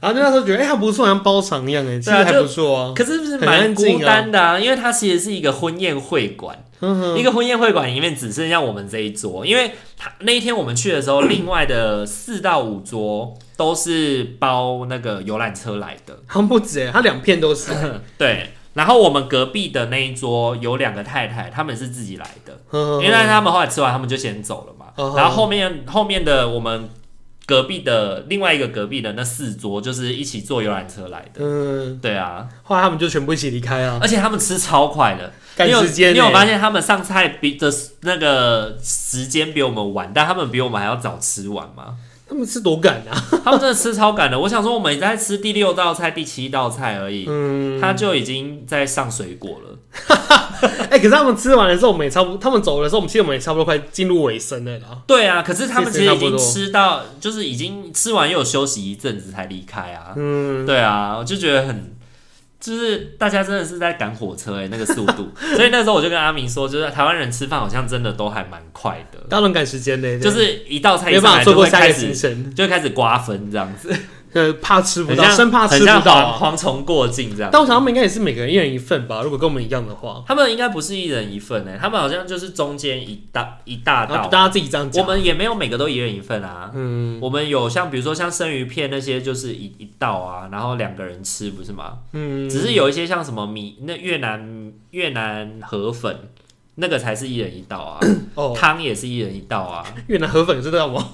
[SPEAKER 2] 然后就那时候觉得，哎、还不错，好像包场一样，哎，其实
[SPEAKER 1] 对啊
[SPEAKER 2] 还
[SPEAKER 1] 就
[SPEAKER 2] 不错啊。
[SPEAKER 1] 可是是
[SPEAKER 2] 很
[SPEAKER 1] 蛮
[SPEAKER 2] 安
[SPEAKER 1] 孤
[SPEAKER 2] 静啊
[SPEAKER 1] 单的啊，因为它其实是一个婚宴会馆，
[SPEAKER 2] 嗯哼，
[SPEAKER 1] 一个婚宴会馆里面只剩下我们这一桌，因为他那一天我们去的时候，另外的四到五桌都是包那个游览车来的，
[SPEAKER 2] 好像不止哎，它两片都 *laughs* 是。
[SPEAKER 1] 对。然后我们隔壁的那一桌有两个太太，他们是自己来的，
[SPEAKER 2] 嗯
[SPEAKER 1] 因为他们后来吃完，他们就先走了嘛。
[SPEAKER 2] 嗯
[SPEAKER 1] 然后后面后面的我们隔壁的另外一个隔壁的那四桌，就是一起坐游览车来的。
[SPEAKER 2] 嗯，
[SPEAKER 1] 对啊，
[SPEAKER 2] 后来他们就全部一起离开
[SPEAKER 1] *laughs*
[SPEAKER 2] 啊，
[SPEAKER 1] 而且他们吃超快的，
[SPEAKER 2] 赶
[SPEAKER 1] 你有
[SPEAKER 2] 时间
[SPEAKER 1] 你有
[SPEAKER 2] 欸。
[SPEAKER 1] 发现他们上菜比的那个时间比我们晚，但他们比我们还要早吃完
[SPEAKER 2] *laughs*
[SPEAKER 1] 吗？
[SPEAKER 2] 他们是多赶啊？ *laughs*
[SPEAKER 1] 他们真的吃超赶的。我想说，我们在吃第六道菜、第七道菜而已，
[SPEAKER 2] 嗯，
[SPEAKER 1] 他就已经在上水果了。
[SPEAKER 2] 哎、可是他们吃完的时候，我们也差不多，他们走的时候，我们其实我们也差不多快进入尾声了啦。
[SPEAKER 1] 对啊，可是他们其实
[SPEAKER 2] 其实
[SPEAKER 1] 已
[SPEAKER 2] 差不
[SPEAKER 1] 经
[SPEAKER 2] 多
[SPEAKER 1] 吃到，就是已经吃完又有休息一阵子才离开啊。
[SPEAKER 2] 嗯，
[SPEAKER 1] 对啊，我就觉得很，就是大家真的是在赶火车哎、那个速
[SPEAKER 2] *laughs*
[SPEAKER 1] 度。所以那时候我就跟阿明说，就是台湾人吃饭好像真的都还蛮快的，
[SPEAKER 2] 当然赶时间嘞，
[SPEAKER 1] 就是一道菜
[SPEAKER 2] 没
[SPEAKER 1] 一上
[SPEAKER 2] 办法
[SPEAKER 1] 来
[SPEAKER 2] 错
[SPEAKER 1] 就
[SPEAKER 2] 过
[SPEAKER 1] 会
[SPEAKER 2] 下
[SPEAKER 1] 开
[SPEAKER 2] 一个行
[SPEAKER 1] 始。
[SPEAKER 2] 程，
[SPEAKER 1] 就会开始瓜分这样子，
[SPEAKER 2] 呃，怕吃不
[SPEAKER 1] 很
[SPEAKER 2] 到，
[SPEAKER 1] 像
[SPEAKER 2] 生怕吃
[SPEAKER 1] 很
[SPEAKER 2] 不
[SPEAKER 1] 像
[SPEAKER 2] 到
[SPEAKER 1] 蝗
[SPEAKER 2] 啊。
[SPEAKER 1] 蝗虫过境这样。
[SPEAKER 2] 但我想他们应该也是每个人一人一份吧，如果跟我们一样的话，
[SPEAKER 1] 他们应该不是一人一份哎、他们好像就是中间一大一大
[SPEAKER 2] 然后
[SPEAKER 1] 道，
[SPEAKER 2] 哦大家自己这样
[SPEAKER 1] 我
[SPEAKER 2] 讲。
[SPEAKER 1] 们也没有每个都一人一份啊。
[SPEAKER 2] 嗯
[SPEAKER 1] 我们有像比如说像生鱼片那些，就是一一道啊，然后两个人吃不是吗？
[SPEAKER 2] 嗯，
[SPEAKER 1] 只是有一些像什么米那越南越南河粉，那个才是一人一道
[SPEAKER 2] *coughs*
[SPEAKER 1] 啊，
[SPEAKER 2] 哦，
[SPEAKER 1] 汤也是一人一道啊。
[SPEAKER 2] 越南河粉知道吗？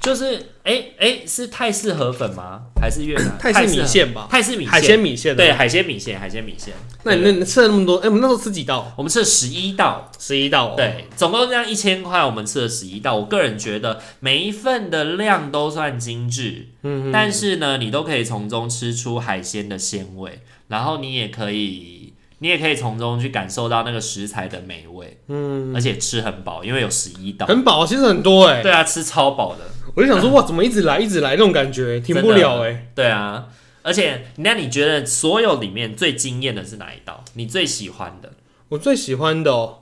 [SPEAKER 1] 就是哎哎、是泰式河粉吗？还是越南
[SPEAKER 2] *laughs* *coughs* 泰式米？线吧，
[SPEAKER 1] 泰式米线，
[SPEAKER 2] 海鲜米线。
[SPEAKER 1] 对，海鲜米线，海鲜米线。
[SPEAKER 2] 那你那你吃了那么多，哎，我们那时候吃几道？
[SPEAKER 1] 我们吃了十一道，
[SPEAKER 2] 十一道哦。，
[SPEAKER 1] 对，总共这样一千块，我们吃了十一道。我个人觉得每一份的量都算精致，
[SPEAKER 2] 嗯，
[SPEAKER 1] 但是呢，你都可以从中吃出海鲜的鲜味，然后你也可以，你也可以从中去感受到那个食材的美味，嗯，而且吃很饱，因为有十一道，
[SPEAKER 2] 很饱，其实很多哎。
[SPEAKER 1] 对啊，吃超饱的，
[SPEAKER 2] 我就想说，哇，怎么一直来一直来那种感觉，停不
[SPEAKER 1] 真的
[SPEAKER 2] 了哎。，
[SPEAKER 1] 对啊，而且那你觉得所有里面最惊艳的是哪一道？你最喜欢的？
[SPEAKER 2] 我最喜欢的哦，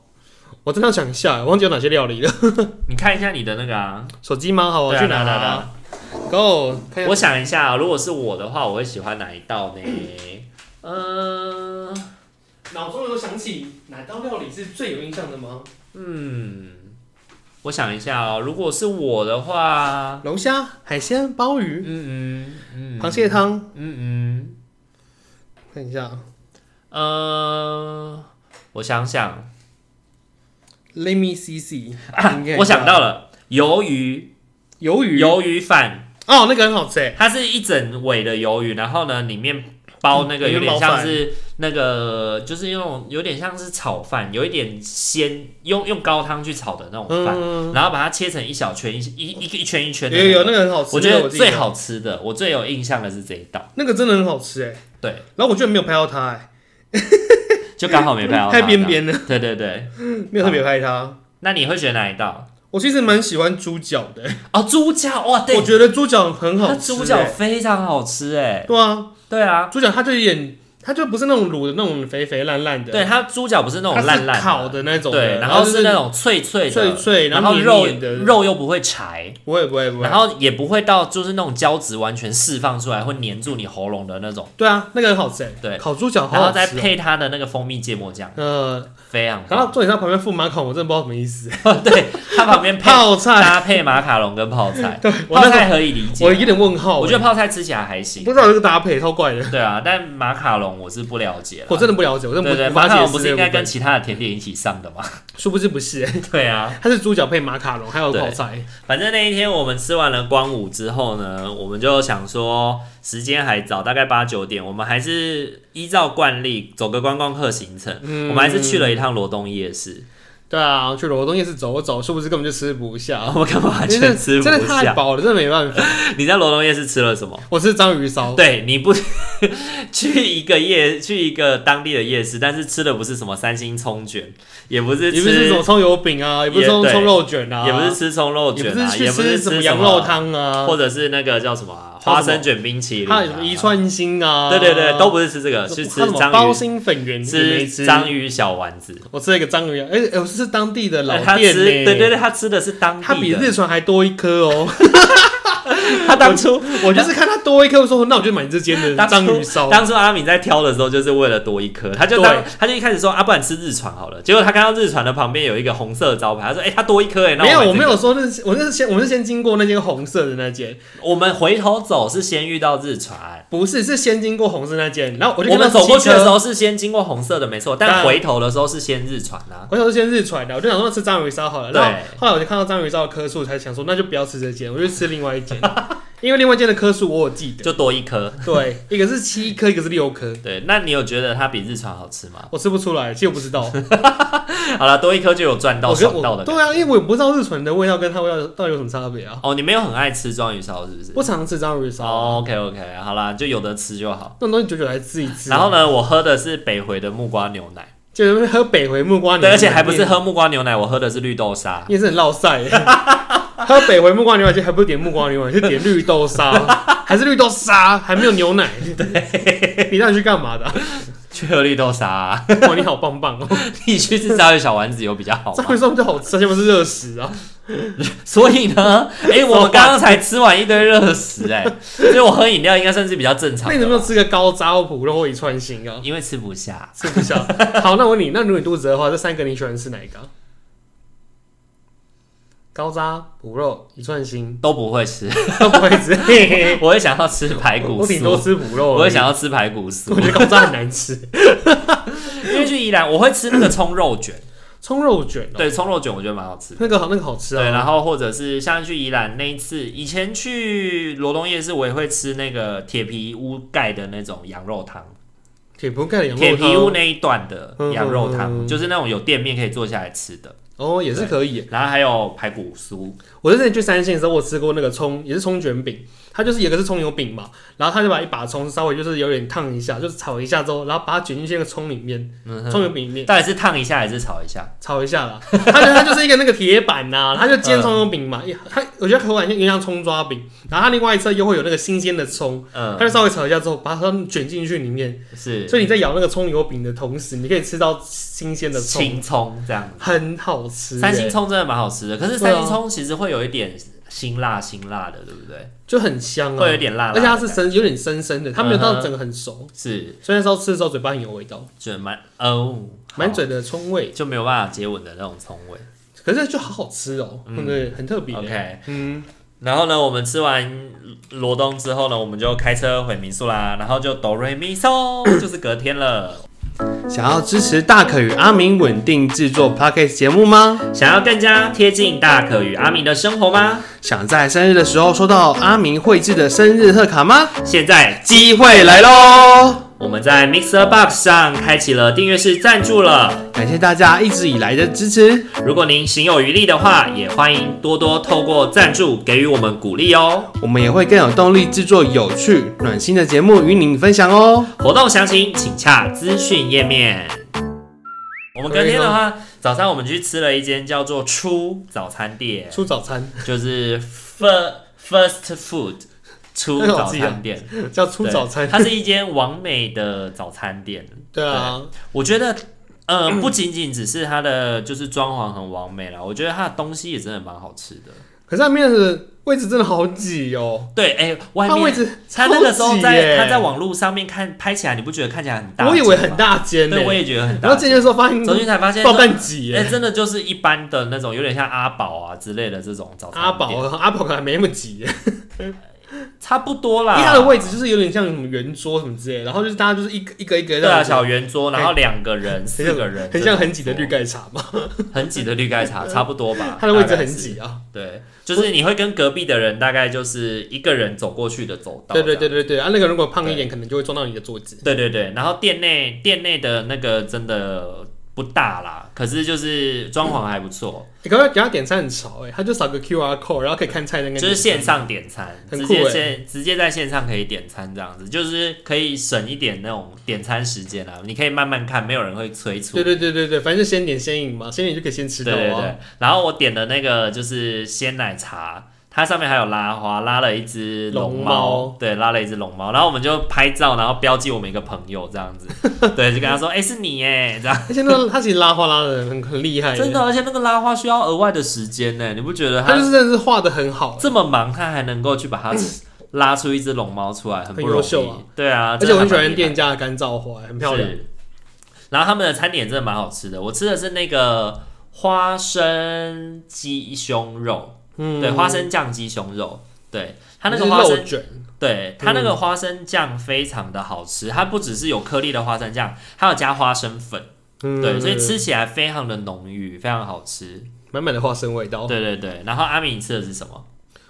[SPEAKER 2] 我真的要想一下，忘记有哪些料理了。 *laughs*
[SPEAKER 1] 你看一下你的那个啊，
[SPEAKER 2] 手机吗？好，我
[SPEAKER 1] 对啊
[SPEAKER 2] 哦去拿
[SPEAKER 1] 对啊对
[SPEAKER 2] 拿
[SPEAKER 1] 啊。
[SPEAKER 2] Go，看一下
[SPEAKER 1] 我想一下、哦如果是我的话，我会喜欢哪一道呢？
[SPEAKER 2] *clears throat*
[SPEAKER 1] 嗯、
[SPEAKER 2] 脑中有想起哪道料理是最有印象的吗？
[SPEAKER 1] 嗯，我想一下哦，如果是我的话。
[SPEAKER 2] 龙虾、海鲜、鲍鱼、
[SPEAKER 1] 嗯嗯嗯，
[SPEAKER 2] 螃蟹汤，
[SPEAKER 1] 嗯
[SPEAKER 2] 看一下
[SPEAKER 1] 嗯，呃，我想想，
[SPEAKER 2] ，Let me see see，你看一下
[SPEAKER 1] 啊我想到了鱿鱼，
[SPEAKER 2] 鱿鱼，
[SPEAKER 1] 鱿鱼饭，
[SPEAKER 2] 哦，那个很好吃哎，
[SPEAKER 1] 它是一整尾的鱿鱼，然后呢，里面包那个
[SPEAKER 2] 嗯
[SPEAKER 1] 有
[SPEAKER 2] 里面
[SPEAKER 1] 点
[SPEAKER 2] 包
[SPEAKER 1] 像
[SPEAKER 2] 饭
[SPEAKER 1] 是那个，就是那种有点像是炒饭，有一点鲜，用用高汤去炒的那种饭，
[SPEAKER 2] 嗯，
[SPEAKER 1] 然后把它切成一小圈一一一一圈一圈的
[SPEAKER 2] 有
[SPEAKER 1] 那个，
[SPEAKER 2] 有那个很好吃，
[SPEAKER 1] 我觉
[SPEAKER 2] 那个
[SPEAKER 1] 得
[SPEAKER 2] 记
[SPEAKER 1] 最好吃的，我最有印象的是这一道，
[SPEAKER 2] 那个真的很好吃哎，
[SPEAKER 1] 对，
[SPEAKER 2] 然后我居然没有拍到它哎，
[SPEAKER 1] 就刚好没拍到它
[SPEAKER 2] 太边，边了，
[SPEAKER 1] 对对对，
[SPEAKER 2] 没有特别拍它。
[SPEAKER 1] 那你会选哪一道？
[SPEAKER 2] 我其实蛮喜欢猪脚的，哎
[SPEAKER 1] 哦，猪脚哇，对，
[SPEAKER 2] 我觉得猪脚很好
[SPEAKER 1] 它
[SPEAKER 2] 吃，
[SPEAKER 1] 猪脚
[SPEAKER 2] 哎
[SPEAKER 1] 非常好吃哎。
[SPEAKER 2] 对啊，
[SPEAKER 1] 对啊，
[SPEAKER 2] 猪脚它就有点，它就不是那种卤的那种肥肥烂烂的，
[SPEAKER 1] 对，它猪脚不是那
[SPEAKER 2] 它
[SPEAKER 1] 种
[SPEAKER 2] 是
[SPEAKER 1] 烂烂
[SPEAKER 2] 烤的那种的，
[SPEAKER 1] 对，然后
[SPEAKER 2] 就是
[SPEAKER 1] 那种脆脆的，
[SPEAKER 2] 脆脆，
[SPEAKER 1] 然
[SPEAKER 2] 后黏
[SPEAKER 1] 肉
[SPEAKER 2] 黏的，
[SPEAKER 1] 肉又不会柴，
[SPEAKER 2] 不会不会不会
[SPEAKER 1] 然，后也不会到就是那种胶质完全释放出来会黏住你喉咙的那种，
[SPEAKER 2] 对啊，那个很好吃欸，
[SPEAKER 1] 对
[SPEAKER 2] 烤猪脚好
[SPEAKER 1] 然后
[SPEAKER 2] 好
[SPEAKER 1] 再
[SPEAKER 2] 吃哦。
[SPEAKER 1] 配它的那个蜂蜜芥末酱，
[SPEAKER 2] 呃，
[SPEAKER 1] 非常
[SPEAKER 2] 然后
[SPEAKER 1] 棒。
[SPEAKER 2] 重点是它旁边附马卡龙，我真的不知道什么意思。
[SPEAKER 1] *laughs* 对，它旁边配
[SPEAKER 2] 泡菜，
[SPEAKER 1] 搭配马卡龙跟泡菜，
[SPEAKER 2] 对我
[SPEAKER 1] 泡
[SPEAKER 2] 那时
[SPEAKER 1] 菜可以理
[SPEAKER 2] 候我有
[SPEAKER 1] 解，啊
[SPEAKER 2] 点问号欸，
[SPEAKER 1] 我觉得泡菜吃起来还行
[SPEAKER 2] 不。知道这个搭配超怪的，
[SPEAKER 1] *laughs* 对啊，但马卡龙我是不了解
[SPEAKER 2] 我
[SPEAKER 1] 了。
[SPEAKER 2] 真的不了解，我真的
[SPEAKER 1] 对
[SPEAKER 2] 不
[SPEAKER 1] 对，
[SPEAKER 2] 无
[SPEAKER 1] 马
[SPEAKER 2] 法
[SPEAKER 1] 卡
[SPEAKER 2] 解
[SPEAKER 1] 龙
[SPEAKER 2] 释
[SPEAKER 1] 不是
[SPEAKER 2] 这
[SPEAKER 1] 应
[SPEAKER 2] 个
[SPEAKER 1] 该
[SPEAKER 2] 部分
[SPEAKER 1] 跟其他的甜点一起上
[SPEAKER 2] *laughs*
[SPEAKER 1] 的吗？
[SPEAKER 2] 殊不知不是 *laughs* 欸，
[SPEAKER 1] 对啊，
[SPEAKER 2] 它是猪脚配马卡龙，还有
[SPEAKER 1] 对
[SPEAKER 2] 泡菜，
[SPEAKER 1] 反正那一天我们吃完了光午之后呢，我们就想说时间还早，大概八九点，我们还是依照惯例走个观光客行程，
[SPEAKER 2] 嗯
[SPEAKER 1] 我们还是去了一趟罗东夜市。
[SPEAKER 2] 对啊，去罗东夜市走走，殊不知根本就吃
[SPEAKER 1] *laughs*
[SPEAKER 2] 不下，
[SPEAKER 1] 我们干嘛
[SPEAKER 2] 因为
[SPEAKER 1] 全吃不
[SPEAKER 2] 真的太
[SPEAKER 1] 下？
[SPEAKER 2] 饱了，真的没
[SPEAKER 1] *laughs*
[SPEAKER 2] 办法。
[SPEAKER 1] 你在罗东夜市吃了什么？
[SPEAKER 2] 我吃章鱼烧，
[SPEAKER 1] 对，你不 *laughs* 去一个夜去一个当地的夜市，但是吃的不是什么三星葱卷，也不是吃，
[SPEAKER 2] 也不是什么葱油饼啊，也不是
[SPEAKER 1] 也
[SPEAKER 2] 葱
[SPEAKER 1] 对
[SPEAKER 2] 葱肉卷啊，
[SPEAKER 1] 也不是吃葱肉
[SPEAKER 2] 也
[SPEAKER 1] 卷
[SPEAKER 2] 不是
[SPEAKER 1] 啊，
[SPEAKER 2] 去
[SPEAKER 1] 也不
[SPEAKER 2] 吃
[SPEAKER 1] 是吃
[SPEAKER 2] 什
[SPEAKER 1] 什
[SPEAKER 2] 么
[SPEAKER 1] 么
[SPEAKER 2] 羊肉，汤啊，
[SPEAKER 1] 或者是那个叫什么、啊、
[SPEAKER 2] 叫
[SPEAKER 1] 花
[SPEAKER 2] 什么
[SPEAKER 1] 生卷冰淇淋、啊，
[SPEAKER 2] 还有什么宜川心啊，
[SPEAKER 1] 对对对，都不是吃这个，是
[SPEAKER 2] 还有
[SPEAKER 1] 吃
[SPEAKER 2] 什么
[SPEAKER 1] 章
[SPEAKER 2] 包
[SPEAKER 1] 鱼，
[SPEAKER 2] 心粉圆，也没
[SPEAKER 1] 吃
[SPEAKER 2] 吃
[SPEAKER 1] 章鱼小丸子。
[SPEAKER 2] 我吃了一个章鱼，哎、哎我是当地的老
[SPEAKER 1] 他
[SPEAKER 2] 店
[SPEAKER 1] 吃，
[SPEAKER 2] 呢、
[SPEAKER 1] 对对对，他吃的是当
[SPEAKER 2] 它比
[SPEAKER 1] 地的，
[SPEAKER 2] 日船还多一颗哦，
[SPEAKER 1] *laughs* 他当初
[SPEAKER 2] 我就是看他多一颗，我说那我就买这间的
[SPEAKER 1] 当
[SPEAKER 2] 章
[SPEAKER 1] 初
[SPEAKER 2] 鱼烧。
[SPEAKER 1] 当初阿敏在挑的时候，就是为了多一颗，他就
[SPEAKER 2] 对
[SPEAKER 1] 当他就一开始说啊，不然吃日船好了。结果他看到日船的旁边有一个红色的招牌，他说哎、他多一颗哎、那
[SPEAKER 2] 没有，
[SPEAKER 1] 买这
[SPEAKER 2] 我
[SPEAKER 1] 个
[SPEAKER 2] 没有说那是我那是先我们是先经过那间红色的那间，
[SPEAKER 1] 我们回头走是先遇到日船。
[SPEAKER 2] 不是是先经过红色那间，然后我就
[SPEAKER 1] 我们走过去的时候
[SPEAKER 2] 候，
[SPEAKER 1] 是先经过红色的，没错，
[SPEAKER 2] 当
[SPEAKER 1] 但
[SPEAKER 2] 然
[SPEAKER 1] 回头的时候是先日船啊。
[SPEAKER 2] 我想说先日传的，我就想说吃章鱼烧好了。
[SPEAKER 1] 对
[SPEAKER 2] 然后后来我就看到章鱼烧的颗数，才想说那就不要吃这间，我就吃另外一间，因为另外一间的颗数我有记
[SPEAKER 1] *laughs*
[SPEAKER 2] 得，
[SPEAKER 1] 就多一颗，
[SPEAKER 2] 对，一个是七颗，一个是六颗，
[SPEAKER 1] 对。那你有觉得它比日船好吃吗？
[SPEAKER 2] 我吃不出来，其实我不知道。
[SPEAKER 1] 好了，多一颗就有赚到
[SPEAKER 2] 我觉得
[SPEAKER 1] 爽到
[SPEAKER 2] 我
[SPEAKER 1] 的
[SPEAKER 2] 对
[SPEAKER 1] 感觉。
[SPEAKER 2] 啊，因为我也不知道日纯的味道跟它味道到底有什么差别啊。
[SPEAKER 1] 哦，你没有很爱吃章鱼烧是不是？
[SPEAKER 2] 不常吃章鱼烧，啊
[SPEAKER 1] 哦，OK OK，好啦，就有的吃就好。
[SPEAKER 2] 那种东西久久来吃一次。
[SPEAKER 1] 然后？呢，我喝的是北回的木瓜牛奶，
[SPEAKER 2] 就是喝北回木瓜牛
[SPEAKER 1] 对，
[SPEAKER 2] 奶，
[SPEAKER 1] 而且还不是喝木瓜牛奶，我喝的是绿豆沙。
[SPEAKER 2] *laughs* 你也是很落塞耶。喝北回木瓜牛奶，就还不是点木瓜牛奶，是点绿豆沙， *laughs* 还是绿豆沙，还没有牛奶。对，你到底去干嘛 *laughs* 的啊？
[SPEAKER 1] 去喝绿豆沙、 *laughs* 啊，
[SPEAKER 2] 哇，你好棒棒哦！
[SPEAKER 1] 你去吃章鱼小丸子有比较好
[SPEAKER 2] *laughs* 章鱼
[SPEAKER 1] 吗？
[SPEAKER 2] 烧比较好吃，而且不是热食啊。
[SPEAKER 1] 所以呢，哎、我们刚刚才吃完一堆热食、
[SPEAKER 2] *laughs*
[SPEAKER 1] 哎，所以我喝饮料应该算是比较正常的
[SPEAKER 2] 那你
[SPEAKER 1] 吧。
[SPEAKER 2] 能不能吃个高渣或普肉或一串心啊？
[SPEAKER 1] 因为吃不下，
[SPEAKER 2] 吃不下。 *laughs* 好，那我问你，那如果你肚子饿的话，这三个你喜欢吃哪一个啊？高渣、补肉、一串心 *laughs*
[SPEAKER 1] 都不会吃。
[SPEAKER 2] 都不会吃。嘿嘿嘿
[SPEAKER 1] 我会想要吃排骨
[SPEAKER 2] 我顶多
[SPEAKER 1] 酥，
[SPEAKER 2] 吃补肉，
[SPEAKER 1] 我会想，要吃排骨
[SPEAKER 2] 我
[SPEAKER 1] 酥，
[SPEAKER 2] 觉得高渣很难吃。
[SPEAKER 1] 因为去宜兰我会吃那个葱肉卷，
[SPEAKER 2] 哦葱肉卷、哦，
[SPEAKER 1] 对，葱肉卷我觉得蛮好吃的。
[SPEAKER 2] 那个好，那个好吃
[SPEAKER 1] 对，
[SPEAKER 2] 啊。
[SPEAKER 1] 然后或者是像去宜兰那一次，以前去罗东夜市，我也会吃那个铁皮屋盖的那种羊肉汤，
[SPEAKER 2] 铁皮屋盖的羊肉
[SPEAKER 1] 铁皮屋
[SPEAKER 2] 汤，
[SPEAKER 1] 那一段的羊肉
[SPEAKER 2] 嗯嗯
[SPEAKER 1] 汤，
[SPEAKER 2] 嗯
[SPEAKER 1] 就是那种有店面可以坐下来吃的。
[SPEAKER 2] 哦，也是可以耶。
[SPEAKER 1] 然后还有排骨酥，
[SPEAKER 2] 我之前去三线的时候，我吃过那个葱，也是葱卷饼，它就是有一个是葱油饼嘛，然后他就把一把葱稍微就是有点烫一下，就是炒一下之后，然后把它卷进去那个葱里面，
[SPEAKER 1] 嗯
[SPEAKER 2] 葱油饼里面。
[SPEAKER 1] 到底是烫一下还是炒一下？
[SPEAKER 2] 炒一下啦，它就它就是一个那个铁板 *laughs* 呐、它就煎葱油饼嘛，它我觉得口感有点像葱抓饼，然后它另外一侧又会有那个新鲜的葱，它
[SPEAKER 1] 嗯，
[SPEAKER 2] 就稍微炒一下之后，把它卷进去里面，
[SPEAKER 1] 是
[SPEAKER 2] 所以你在咬那个葱油饼的同时，你可以吃到新鲜的葱，
[SPEAKER 1] 青葱这样。
[SPEAKER 2] 很好吃、欸。
[SPEAKER 1] 三星葱真的蛮好吃的，可是
[SPEAKER 2] 对啊
[SPEAKER 1] 三星葱其实会有一点辛辣辛辣的，对不对？
[SPEAKER 2] 就很香啊
[SPEAKER 1] 会，有点辣辣
[SPEAKER 2] 而
[SPEAKER 1] 的
[SPEAKER 2] 且
[SPEAKER 1] 感觉，
[SPEAKER 2] 它是生有点生生的，它没有
[SPEAKER 1] 嗯
[SPEAKER 2] 到
[SPEAKER 1] 哼
[SPEAKER 2] 整个很熟，
[SPEAKER 1] 是
[SPEAKER 2] 所以那时候吃的时候嘴巴很有味道，
[SPEAKER 1] 就蛮哦，
[SPEAKER 2] 满
[SPEAKER 1] 好
[SPEAKER 2] 嘴的葱味，
[SPEAKER 1] 就没有办法接吻的那种葱味。
[SPEAKER 2] 可是就好好吃哦、
[SPEAKER 1] 嗯
[SPEAKER 2] 对不对？很特别、
[SPEAKER 1] OK，
[SPEAKER 2] 嗯，
[SPEAKER 1] 然后呢，我们吃完罗东之后呢，我们就开车回民宿啦，然后就哆瑞咪嗦， *coughs* 就是隔天了。
[SPEAKER 2] 想要支持大可与阿明稳定制作 podcast 节目吗？
[SPEAKER 1] 想要更加贴近大可与阿明的生活吗？
[SPEAKER 2] 想在生日的时候收到阿明绘制的生日贺卡吗？
[SPEAKER 1] 现在
[SPEAKER 2] 机会来喽！
[SPEAKER 1] 我们在 Mixer Box 上开启了订阅式赞助了。
[SPEAKER 2] 感谢大家一直以来的支持，
[SPEAKER 1] 如果您行有余力的话，也欢迎多多透过赞助给予我们鼓励哦。
[SPEAKER 2] 我们也会更有动力制作有趣、暖心的节目与您分享哦。
[SPEAKER 1] 活动详情请洽资讯页面。我们隔天的话，早上我们去吃了一间叫做“初”早餐店，
[SPEAKER 2] 出早餐 *laughs*
[SPEAKER 1] 就是 first first food 初
[SPEAKER 2] 那个
[SPEAKER 1] 早
[SPEAKER 2] 好记啊
[SPEAKER 1] 餐店。
[SPEAKER 2] 叫出
[SPEAKER 1] 对
[SPEAKER 2] 早餐，
[SPEAKER 1] 它是一间完美的早餐店。
[SPEAKER 2] *laughs* 对啊，
[SPEAKER 1] 我觉得，呃，不仅仅只是它的就是装潢很完美啦，我觉得它的东西也真的蛮好吃的。
[SPEAKER 2] 可是那面的位置真的好挤哦，
[SPEAKER 1] 对，哎、外
[SPEAKER 2] 它位
[SPEAKER 1] 面
[SPEAKER 2] 置
[SPEAKER 1] 他那个时候
[SPEAKER 2] 超级
[SPEAKER 1] 在
[SPEAKER 2] 耶
[SPEAKER 1] 他在网络上面看拍起来，你不觉得看起来很大？
[SPEAKER 2] 我以为很，大间呢、
[SPEAKER 1] 对，我也觉得很
[SPEAKER 2] 然
[SPEAKER 1] 大
[SPEAKER 2] 后。进去的时候发现
[SPEAKER 1] 走进去才发现
[SPEAKER 2] 爆干挤耶、
[SPEAKER 1] 哎、真的就是一般的那种，有点像阿宝啊之类的这种早餐
[SPEAKER 2] 阿宝啊
[SPEAKER 1] 店，
[SPEAKER 2] 阿宝可能还没那么挤耶、
[SPEAKER 1] 差不多啦。
[SPEAKER 2] 因为它的位置就是有点像什么圆桌什么之类的，然后就是大家就是一个一个一个
[SPEAKER 1] 对啊，
[SPEAKER 2] 的，
[SPEAKER 1] 小圆桌，然后两个人、四个人，
[SPEAKER 2] 很像很挤的绿，盖茶嘛，
[SPEAKER 1] 很挤的绿盖茶，差不多吧。
[SPEAKER 2] *laughs* 它的位
[SPEAKER 1] 大
[SPEAKER 2] 置
[SPEAKER 1] 概
[SPEAKER 2] 很
[SPEAKER 1] 是，
[SPEAKER 2] 挤啊。
[SPEAKER 1] 对，就是你会跟隔壁的人大概就是一个人走过去的走道，
[SPEAKER 2] 对对对。对对，啊，那个如果胖一点，可能就会撞到你的桌子。
[SPEAKER 1] 对对对，然后店内店内的那个真的不大啦，可是就是装潢还不错，
[SPEAKER 2] 你刚刚欸给他点餐很潮哎、他就扫个 QR code，然后可以看菜单跟
[SPEAKER 1] 就是线上点餐，
[SPEAKER 2] 很
[SPEAKER 1] 直
[SPEAKER 2] 酷
[SPEAKER 1] 接
[SPEAKER 2] 欸
[SPEAKER 1] 线直接在线上可以点餐这样子，就是可以省一点那种点餐时间啦。你可以慢慢看，没有人会催促。
[SPEAKER 2] 对对对对对，反正就先点先赢嘛，先赢就可以先吃
[SPEAKER 1] 对
[SPEAKER 2] 到
[SPEAKER 1] 对
[SPEAKER 2] 啊。
[SPEAKER 1] 对。然后我点的那个就是鲜奶茶，它上面还有拉花，拉了一只龙
[SPEAKER 2] 龙
[SPEAKER 1] 猫
[SPEAKER 2] 猫，
[SPEAKER 1] 对，拉了一只龙猫，然后我们就拍照，然后标记我们一个朋友这样
[SPEAKER 2] *laughs*
[SPEAKER 1] 子，对，就跟他说，哎、是你哎， *laughs* 这样。
[SPEAKER 2] 而且那个他其实拉花拉的很很厉害耶，欸
[SPEAKER 1] 真的，啊而且那个拉花需要额外的时间呢，你不觉得
[SPEAKER 2] 他就
[SPEAKER 1] 他
[SPEAKER 2] 是真的是画的很好，欸
[SPEAKER 1] 这么忙，他还能够去把它拉出一只龙猫出来，很不
[SPEAKER 2] 很优
[SPEAKER 1] 容
[SPEAKER 2] 秀
[SPEAKER 1] 易
[SPEAKER 2] 啊。
[SPEAKER 1] 对啊，
[SPEAKER 2] 而且我很喜欢
[SPEAKER 1] 店。
[SPEAKER 2] 店家的干燥花，欸很漂亮。
[SPEAKER 1] 是。然后他们的餐点真的蛮好吃的，我吃的是那个花生鸡胸肉，
[SPEAKER 2] 嗯，
[SPEAKER 1] 对，花生酱鸡胸肉，对，它那个
[SPEAKER 2] 就是
[SPEAKER 1] 花
[SPEAKER 2] 肉嗯
[SPEAKER 1] 生，
[SPEAKER 2] 卷，
[SPEAKER 1] 对，它那个花生酱非常的好吃，它不只是有颗粒的花生酱，还有加花生粉，
[SPEAKER 2] 嗯
[SPEAKER 1] 对，所以吃起来非常的浓郁，非常好吃，
[SPEAKER 2] 满满的花生味道。
[SPEAKER 1] 对对对。然后阿米，你吃的是什么？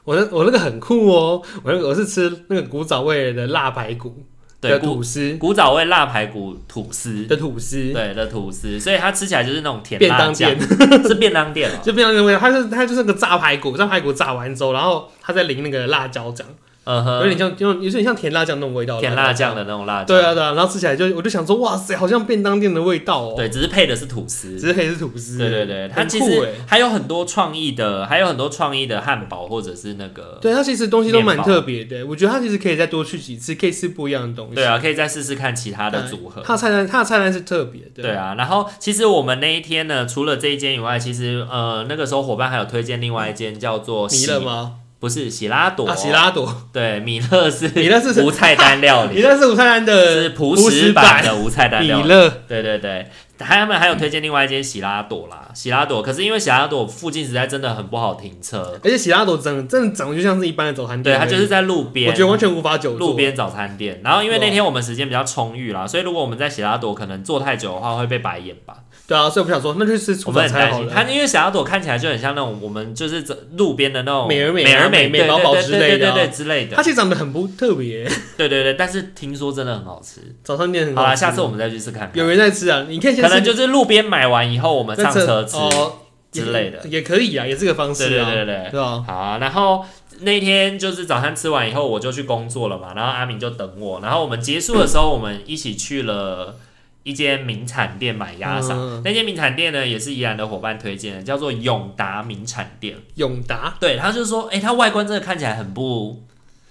[SPEAKER 2] 我那我那个很酷哦，我那个我是吃那个古早味的辣排骨
[SPEAKER 1] 对，
[SPEAKER 2] 的
[SPEAKER 1] 古
[SPEAKER 2] 吐司
[SPEAKER 1] 古早味辣排骨吐司，
[SPEAKER 2] 的吐司
[SPEAKER 1] 对的吐司，所以它吃起来就是那种甜
[SPEAKER 2] 便
[SPEAKER 1] 辣
[SPEAKER 2] 当
[SPEAKER 1] 酱
[SPEAKER 2] 店，，
[SPEAKER 1] *laughs* 是便当店
[SPEAKER 2] *laughs*
[SPEAKER 1] 哦。
[SPEAKER 2] 就便当店的味道。它就是它就是那个炸排骨，炸排骨炸完之后，然后它再淋那个辣椒酱，
[SPEAKER 1] 嗯哼，
[SPEAKER 2] 有点像有有点像甜辣酱那种味道，
[SPEAKER 1] 甜辣酱的那种辣酱。
[SPEAKER 2] 对啊，对啊，然后吃起来就我就想说，哇塞，好像便当店的味道哦。，
[SPEAKER 1] 对，只是配的是吐司
[SPEAKER 2] 只。是可以是吐司。
[SPEAKER 1] 对对对，它
[SPEAKER 2] 很
[SPEAKER 1] 其
[SPEAKER 2] 酷
[SPEAKER 1] 实
[SPEAKER 2] 欸
[SPEAKER 1] 还有很多创意的，还有很多创意的汉堡或者是那个。
[SPEAKER 2] 对它其实东西都蛮
[SPEAKER 1] 面包
[SPEAKER 2] 特别的，我觉得它其实可以再多去几次，可以吃不一样的东西。
[SPEAKER 1] 对啊，可以再试试看其他
[SPEAKER 2] 它
[SPEAKER 1] 的组合。
[SPEAKER 2] 它的菜单它的菜单是特别的。
[SPEAKER 1] 对啊，然后其实我们那一天呢，除了这一间以外，其实呃那个时候伙伴还有推荐另外一间叫做
[SPEAKER 2] 米
[SPEAKER 1] 喜
[SPEAKER 2] 勒吗？
[SPEAKER 1] 不是喜拉朵，
[SPEAKER 2] 啊，喜拉朵，
[SPEAKER 1] 对米勒是
[SPEAKER 2] 米勒是
[SPEAKER 1] 无菜单料
[SPEAKER 2] 米
[SPEAKER 1] 理，
[SPEAKER 2] 勒是午餐单
[SPEAKER 1] 是
[SPEAKER 2] 的
[SPEAKER 1] 朴实版的无菜单
[SPEAKER 2] 米
[SPEAKER 1] 料理。
[SPEAKER 2] 勒，
[SPEAKER 1] 对对对，他们还有推荐另外一间喜拉朵啦，喜拉朵。可是因为喜拉朵附近实在真的很不好停车，
[SPEAKER 2] 而且喜拉朵长真的长得就像是一般的早餐
[SPEAKER 1] 对，
[SPEAKER 2] 店而
[SPEAKER 1] 它
[SPEAKER 2] 已，
[SPEAKER 1] 就是在路边，
[SPEAKER 2] 我觉得完全无法久坐。
[SPEAKER 1] 路边早餐店。然后因为那天我们时间比较充裕啦，所以如果我们在喜拉朵可能坐太久的话会被白眼吧，
[SPEAKER 2] 对啊，所以我想说，那就去吃
[SPEAKER 1] 我
[SPEAKER 2] 厨
[SPEAKER 1] 们很
[SPEAKER 2] 房餐
[SPEAKER 1] 担
[SPEAKER 2] 好
[SPEAKER 1] 心。
[SPEAKER 2] 了。
[SPEAKER 1] 它因为喜拉朵看起来就很像那种我们就是这路边的那种
[SPEAKER 2] 美而美
[SPEAKER 1] 美而
[SPEAKER 2] 啊
[SPEAKER 1] 美
[SPEAKER 2] 美
[SPEAKER 1] 对
[SPEAKER 2] 美宝
[SPEAKER 1] 对
[SPEAKER 2] 宝
[SPEAKER 1] 对
[SPEAKER 2] 之
[SPEAKER 1] 对
[SPEAKER 2] 类
[SPEAKER 1] 对
[SPEAKER 2] 的啊
[SPEAKER 1] 对之类
[SPEAKER 2] 它
[SPEAKER 1] 的，
[SPEAKER 2] 其实长得很不特别，
[SPEAKER 1] 对对对。但是听说真的很好吃，
[SPEAKER 2] 早餐店很
[SPEAKER 1] 好
[SPEAKER 2] 好
[SPEAKER 1] 啦，
[SPEAKER 2] 吃
[SPEAKER 1] 下次我们再去试看看
[SPEAKER 2] 有。人在吃啊，你可以先
[SPEAKER 1] 啊可能
[SPEAKER 2] 吃
[SPEAKER 1] 就是路边买完以后我们
[SPEAKER 2] 在
[SPEAKER 1] 上车吃，
[SPEAKER 2] 哦
[SPEAKER 1] 之类的
[SPEAKER 2] 也也可以啊，也是个方
[SPEAKER 1] 对
[SPEAKER 2] 式
[SPEAKER 1] 对
[SPEAKER 2] 啊，
[SPEAKER 1] 对对。
[SPEAKER 2] 对啊，
[SPEAKER 1] 好啊、然后那天就是早餐吃完以后，我就去工作了嘛，然后阿敏就等我，然后我们结束的时候，我们一起去了一间名产店买鸭嗓。
[SPEAKER 2] 嗯
[SPEAKER 1] 那间名产店呢，也是宜兰的伙伴推荐的，叫做永达名产店。
[SPEAKER 2] 永达
[SPEAKER 1] 对，他就说，哎、它外观真的看起来很不，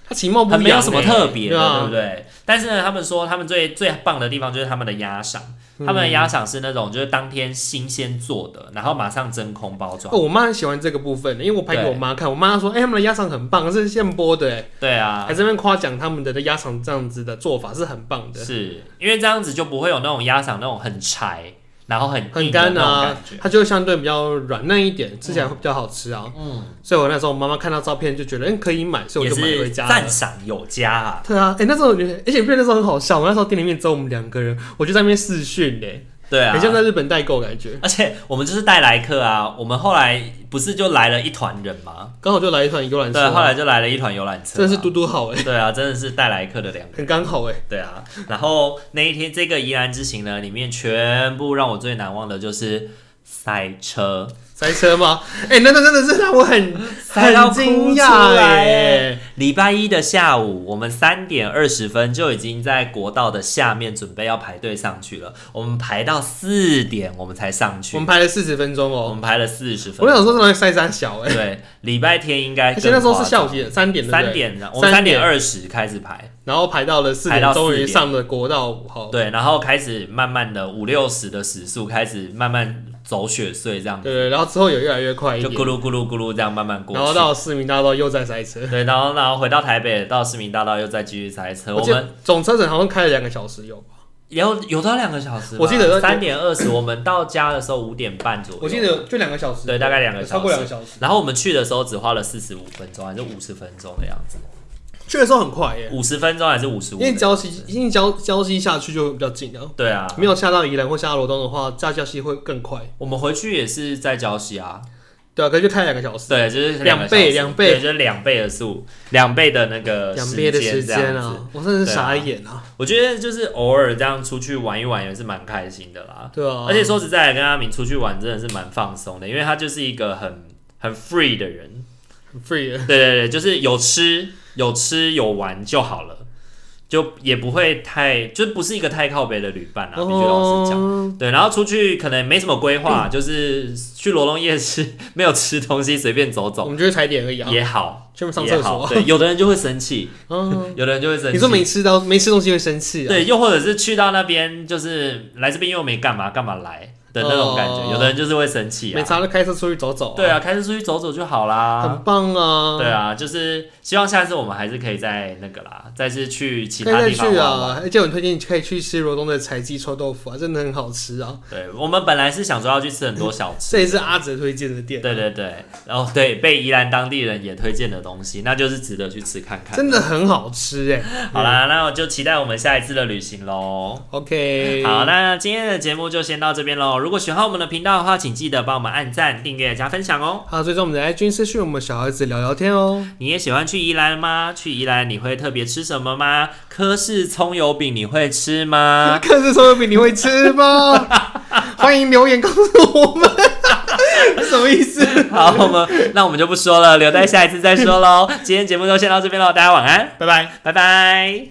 [SPEAKER 2] 它其貌不
[SPEAKER 1] 很
[SPEAKER 2] 扬，
[SPEAKER 1] 没有什么特别的，
[SPEAKER 2] 对啊
[SPEAKER 1] 对不对？但是呢，他们说他们最最棒的地方就是他们的鸭嗓，他们的鸭嗓是那种就是当天新鲜做的，然后马上真空包装
[SPEAKER 2] 哦，。我妈很喜欢这个部分，因为我拍给我妈看，我妈说：“哎、他们的鸭肠很棒，是现剥的，哎、
[SPEAKER 1] 对啊，
[SPEAKER 2] 还在那边夸奖他们的鸭肠这样子的做法是很棒的，
[SPEAKER 1] 是因为这样子就不会有那种鸭嗓那种很柴，然后很硬的
[SPEAKER 2] 很干
[SPEAKER 1] 那种
[SPEAKER 2] 啊
[SPEAKER 1] 感觉，
[SPEAKER 2] 它就相对比较软嫩一点，吃起来会比较好吃啊。
[SPEAKER 1] 嗯，
[SPEAKER 2] 所以我那时候我妈妈看到照片就觉得，嗯、可以买，所以
[SPEAKER 1] 也
[SPEAKER 2] 我就买
[SPEAKER 1] 是
[SPEAKER 2] 回家了
[SPEAKER 1] 赞。赏有加啊。
[SPEAKER 2] 对啊，哎、那时候我觉得，而且那时候很好笑，我那时候店里面只有我们两个人，我就在那边试训嘞，
[SPEAKER 1] 对啊
[SPEAKER 2] 很，像在日本代购感觉。
[SPEAKER 1] 而且我们就是带来客啊，我们后来不是就来了一团人吗？
[SPEAKER 2] 刚好就来一团游览车
[SPEAKER 1] 对，
[SPEAKER 2] 啊，
[SPEAKER 1] 后来就来了一团游览车啊，
[SPEAKER 2] 真的是嘟嘟好哎、
[SPEAKER 1] 对啊，真的是带来客的两
[SPEAKER 2] 很刚好哎、
[SPEAKER 1] 对啊，然后那一天这个宜兰之行呢，里面全部让我最难忘的就是塞车，
[SPEAKER 2] 塞车吗？哎、那那真的是让我很
[SPEAKER 1] *laughs* 塞到
[SPEAKER 2] 很
[SPEAKER 1] 哭
[SPEAKER 2] 惊
[SPEAKER 1] 出欸
[SPEAKER 2] 讶
[SPEAKER 1] 来
[SPEAKER 2] 哎！
[SPEAKER 1] 礼拜一的下午，我们三点二十分就已经在国道的下面准备要排队上去了。我们排到四点，我们才上去。
[SPEAKER 2] 我们排了四十分钟
[SPEAKER 1] 我
[SPEAKER 2] 哦、
[SPEAKER 1] 们排了四十分
[SPEAKER 2] 我。想说这东西塞山小哎、
[SPEAKER 1] 对，礼拜天应该
[SPEAKER 2] 而
[SPEAKER 1] 更
[SPEAKER 2] 且
[SPEAKER 1] 夸张。
[SPEAKER 2] 那时候是下午几点？三点对不对
[SPEAKER 1] 三点，我们三
[SPEAKER 2] 三
[SPEAKER 1] 点
[SPEAKER 2] 点
[SPEAKER 1] 二十开始排，
[SPEAKER 2] 然后排到了四
[SPEAKER 1] 排到
[SPEAKER 2] 点，终
[SPEAKER 1] 4
[SPEAKER 2] 于
[SPEAKER 1] 点
[SPEAKER 2] 上了国道五号。
[SPEAKER 1] 对，然后开始慢慢的五六十的时速开始慢慢走雪隧，这样
[SPEAKER 2] 对对，然后之后也越来越快一
[SPEAKER 1] 就
[SPEAKER 2] 点
[SPEAKER 1] 咕，噜咕噜咕噜这样慢慢过去。
[SPEAKER 2] 然后到市民大道又在塞车。
[SPEAKER 1] 对，然后然后回到台北，到市民大道又再继续塞车。我
[SPEAKER 2] 记
[SPEAKER 1] 们
[SPEAKER 2] 得总车程好像开了两个小时有吧？
[SPEAKER 1] 有有到两个小时吧，
[SPEAKER 2] 我记得
[SPEAKER 1] 三点二十，我们到家的时候五点半左右，
[SPEAKER 2] 我记得就两个小时，
[SPEAKER 1] 对大概两个小时
[SPEAKER 2] 超过两个小时。
[SPEAKER 1] 然后我们去的时候只花了四十五分钟，还是五十分钟的样子，
[SPEAKER 2] 去的时候很快耶、
[SPEAKER 1] 五十分钟还是五十五
[SPEAKER 2] 因？为礁溪，因为礁礁溪下去就比较近了。
[SPEAKER 1] 对啊，
[SPEAKER 2] 没有下到宜兰或下到罗东的话，下礁溪会更快。
[SPEAKER 1] 我们回去也是在礁溪啊，
[SPEAKER 2] 对啊，可是就开两个小时。
[SPEAKER 1] 对，就是
[SPEAKER 2] 两
[SPEAKER 1] 个
[SPEAKER 2] 倍
[SPEAKER 1] 小时
[SPEAKER 2] 两倍
[SPEAKER 1] 对就是两倍的速，两倍的那个
[SPEAKER 2] 两倍的时
[SPEAKER 1] 这
[SPEAKER 2] 间
[SPEAKER 1] 样子。
[SPEAKER 2] 啊，我真的是傻眼啊！
[SPEAKER 1] 我觉得就是偶尔这样出去玩一玩也是蛮开心的啦。
[SPEAKER 2] 对啊，
[SPEAKER 1] 而且说实在的，跟阿明出去玩真的是蛮放松的，因为他就是一个很很 free 的人。 *laughs*
[SPEAKER 2] 很 free，耶
[SPEAKER 1] 对对对，就是有吃有吃有玩就好了。就也不会太，就不是一个太靠北的旅伴啊，
[SPEAKER 2] 哦
[SPEAKER 1] 必须老实讲。
[SPEAKER 2] 讲，
[SPEAKER 1] 对，然后出去可能没什么规划，就是去罗龙夜市 *laughs* 没有吃东西，随便走
[SPEAKER 2] 我
[SPEAKER 1] 走
[SPEAKER 2] 们就是踩点而已啊，
[SPEAKER 1] 也好，
[SPEAKER 2] 就是上
[SPEAKER 1] 也
[SPEAKER 2] 厕
[SPEAKER 1] 好。
[SPEAKER 2] 所。
[SPEAKER 1] 对，有的人就会生
[SPEAKER 2] *laughs*
[SPEAKER 1] 气，
[SPEAKER 2] 嗯，
[SPEAKER 1] 有的人就会生气。
[SPEAKER 2] 你说没吃到没吃东西会生气啊？
[SPEAKER 1] 对，又或者是去到那边就是来这边又没干嘛，干嘛来的那种感觉。
[SPEAKER 2] 哦
[SPEAKER 1] 有的人就是会生气
[SPEAKER 2] 没
[SPEAKER 1] 啊。
[SPEAKER 2] 差就开车出去走走。
[SPEAKER 1] 对，啊，开车出去走走就好啦。
[SPEAKER 2] 很棒啊。
[SPEAKER 1] 对啊，就是希望下次我们还是可以再那个啦，再是去其
[SPEAKER 2] 可以
[SPEAKER 1] 他
[SPEAKER 2] 再
[SPEAKER 1] 地方
[SPEAKER 2] 去
[SPEAKER 1] 玩玩。
[SPEAKER 2] 啊，而且我很推荐你可以去吃罗东的柴鸡臭豆腐啊，真的很好吃啊。
[SPEAKER 1] 对，我们本来是想说要去吃很多小吃，
[SPEAKER 2] 这也是阿哲推荐的店，
[SPEAKER 1] 对对对，然后对被宜兰当地人也推荐的东西，那就是值得去吃看看。
[SPEAKER 2] 真的很好吃哎、
[SPEAKER 1] 好啦，那我就期待我们下一次的旅行喽。
[SPEAKER 2] OK，
[SPEAKER 1] 好，，那今天的节目就先到这边喽。如果喜欢我们的频道的话，请记得帮我们按赞、订阅、加分享哦。
[SPEAKER 2] 好，最终我们的 IG 私讯我们小孩子聊聊天
[SPEAKER 1] *laughs*
[SPEAKER 2] 哦。
[SPEAKER 1] 你也喜欢去宜兰吗？去宜兰你会特别吃什么吗？科氏葱油饼你会吃吗？
[SPEAKER 2] 可是葱油饼你会吃吗？欢迎留言告诉我们， *laughs* 什么意思？
[SPEAKER 1] *laughs* 好，我们那我们就不说了，留待下一次再说喽。今天节目就先到这边喽，大家晚安，
[SPEAKER 2] 拜拜。
[SPEAKER 1] 拜拜。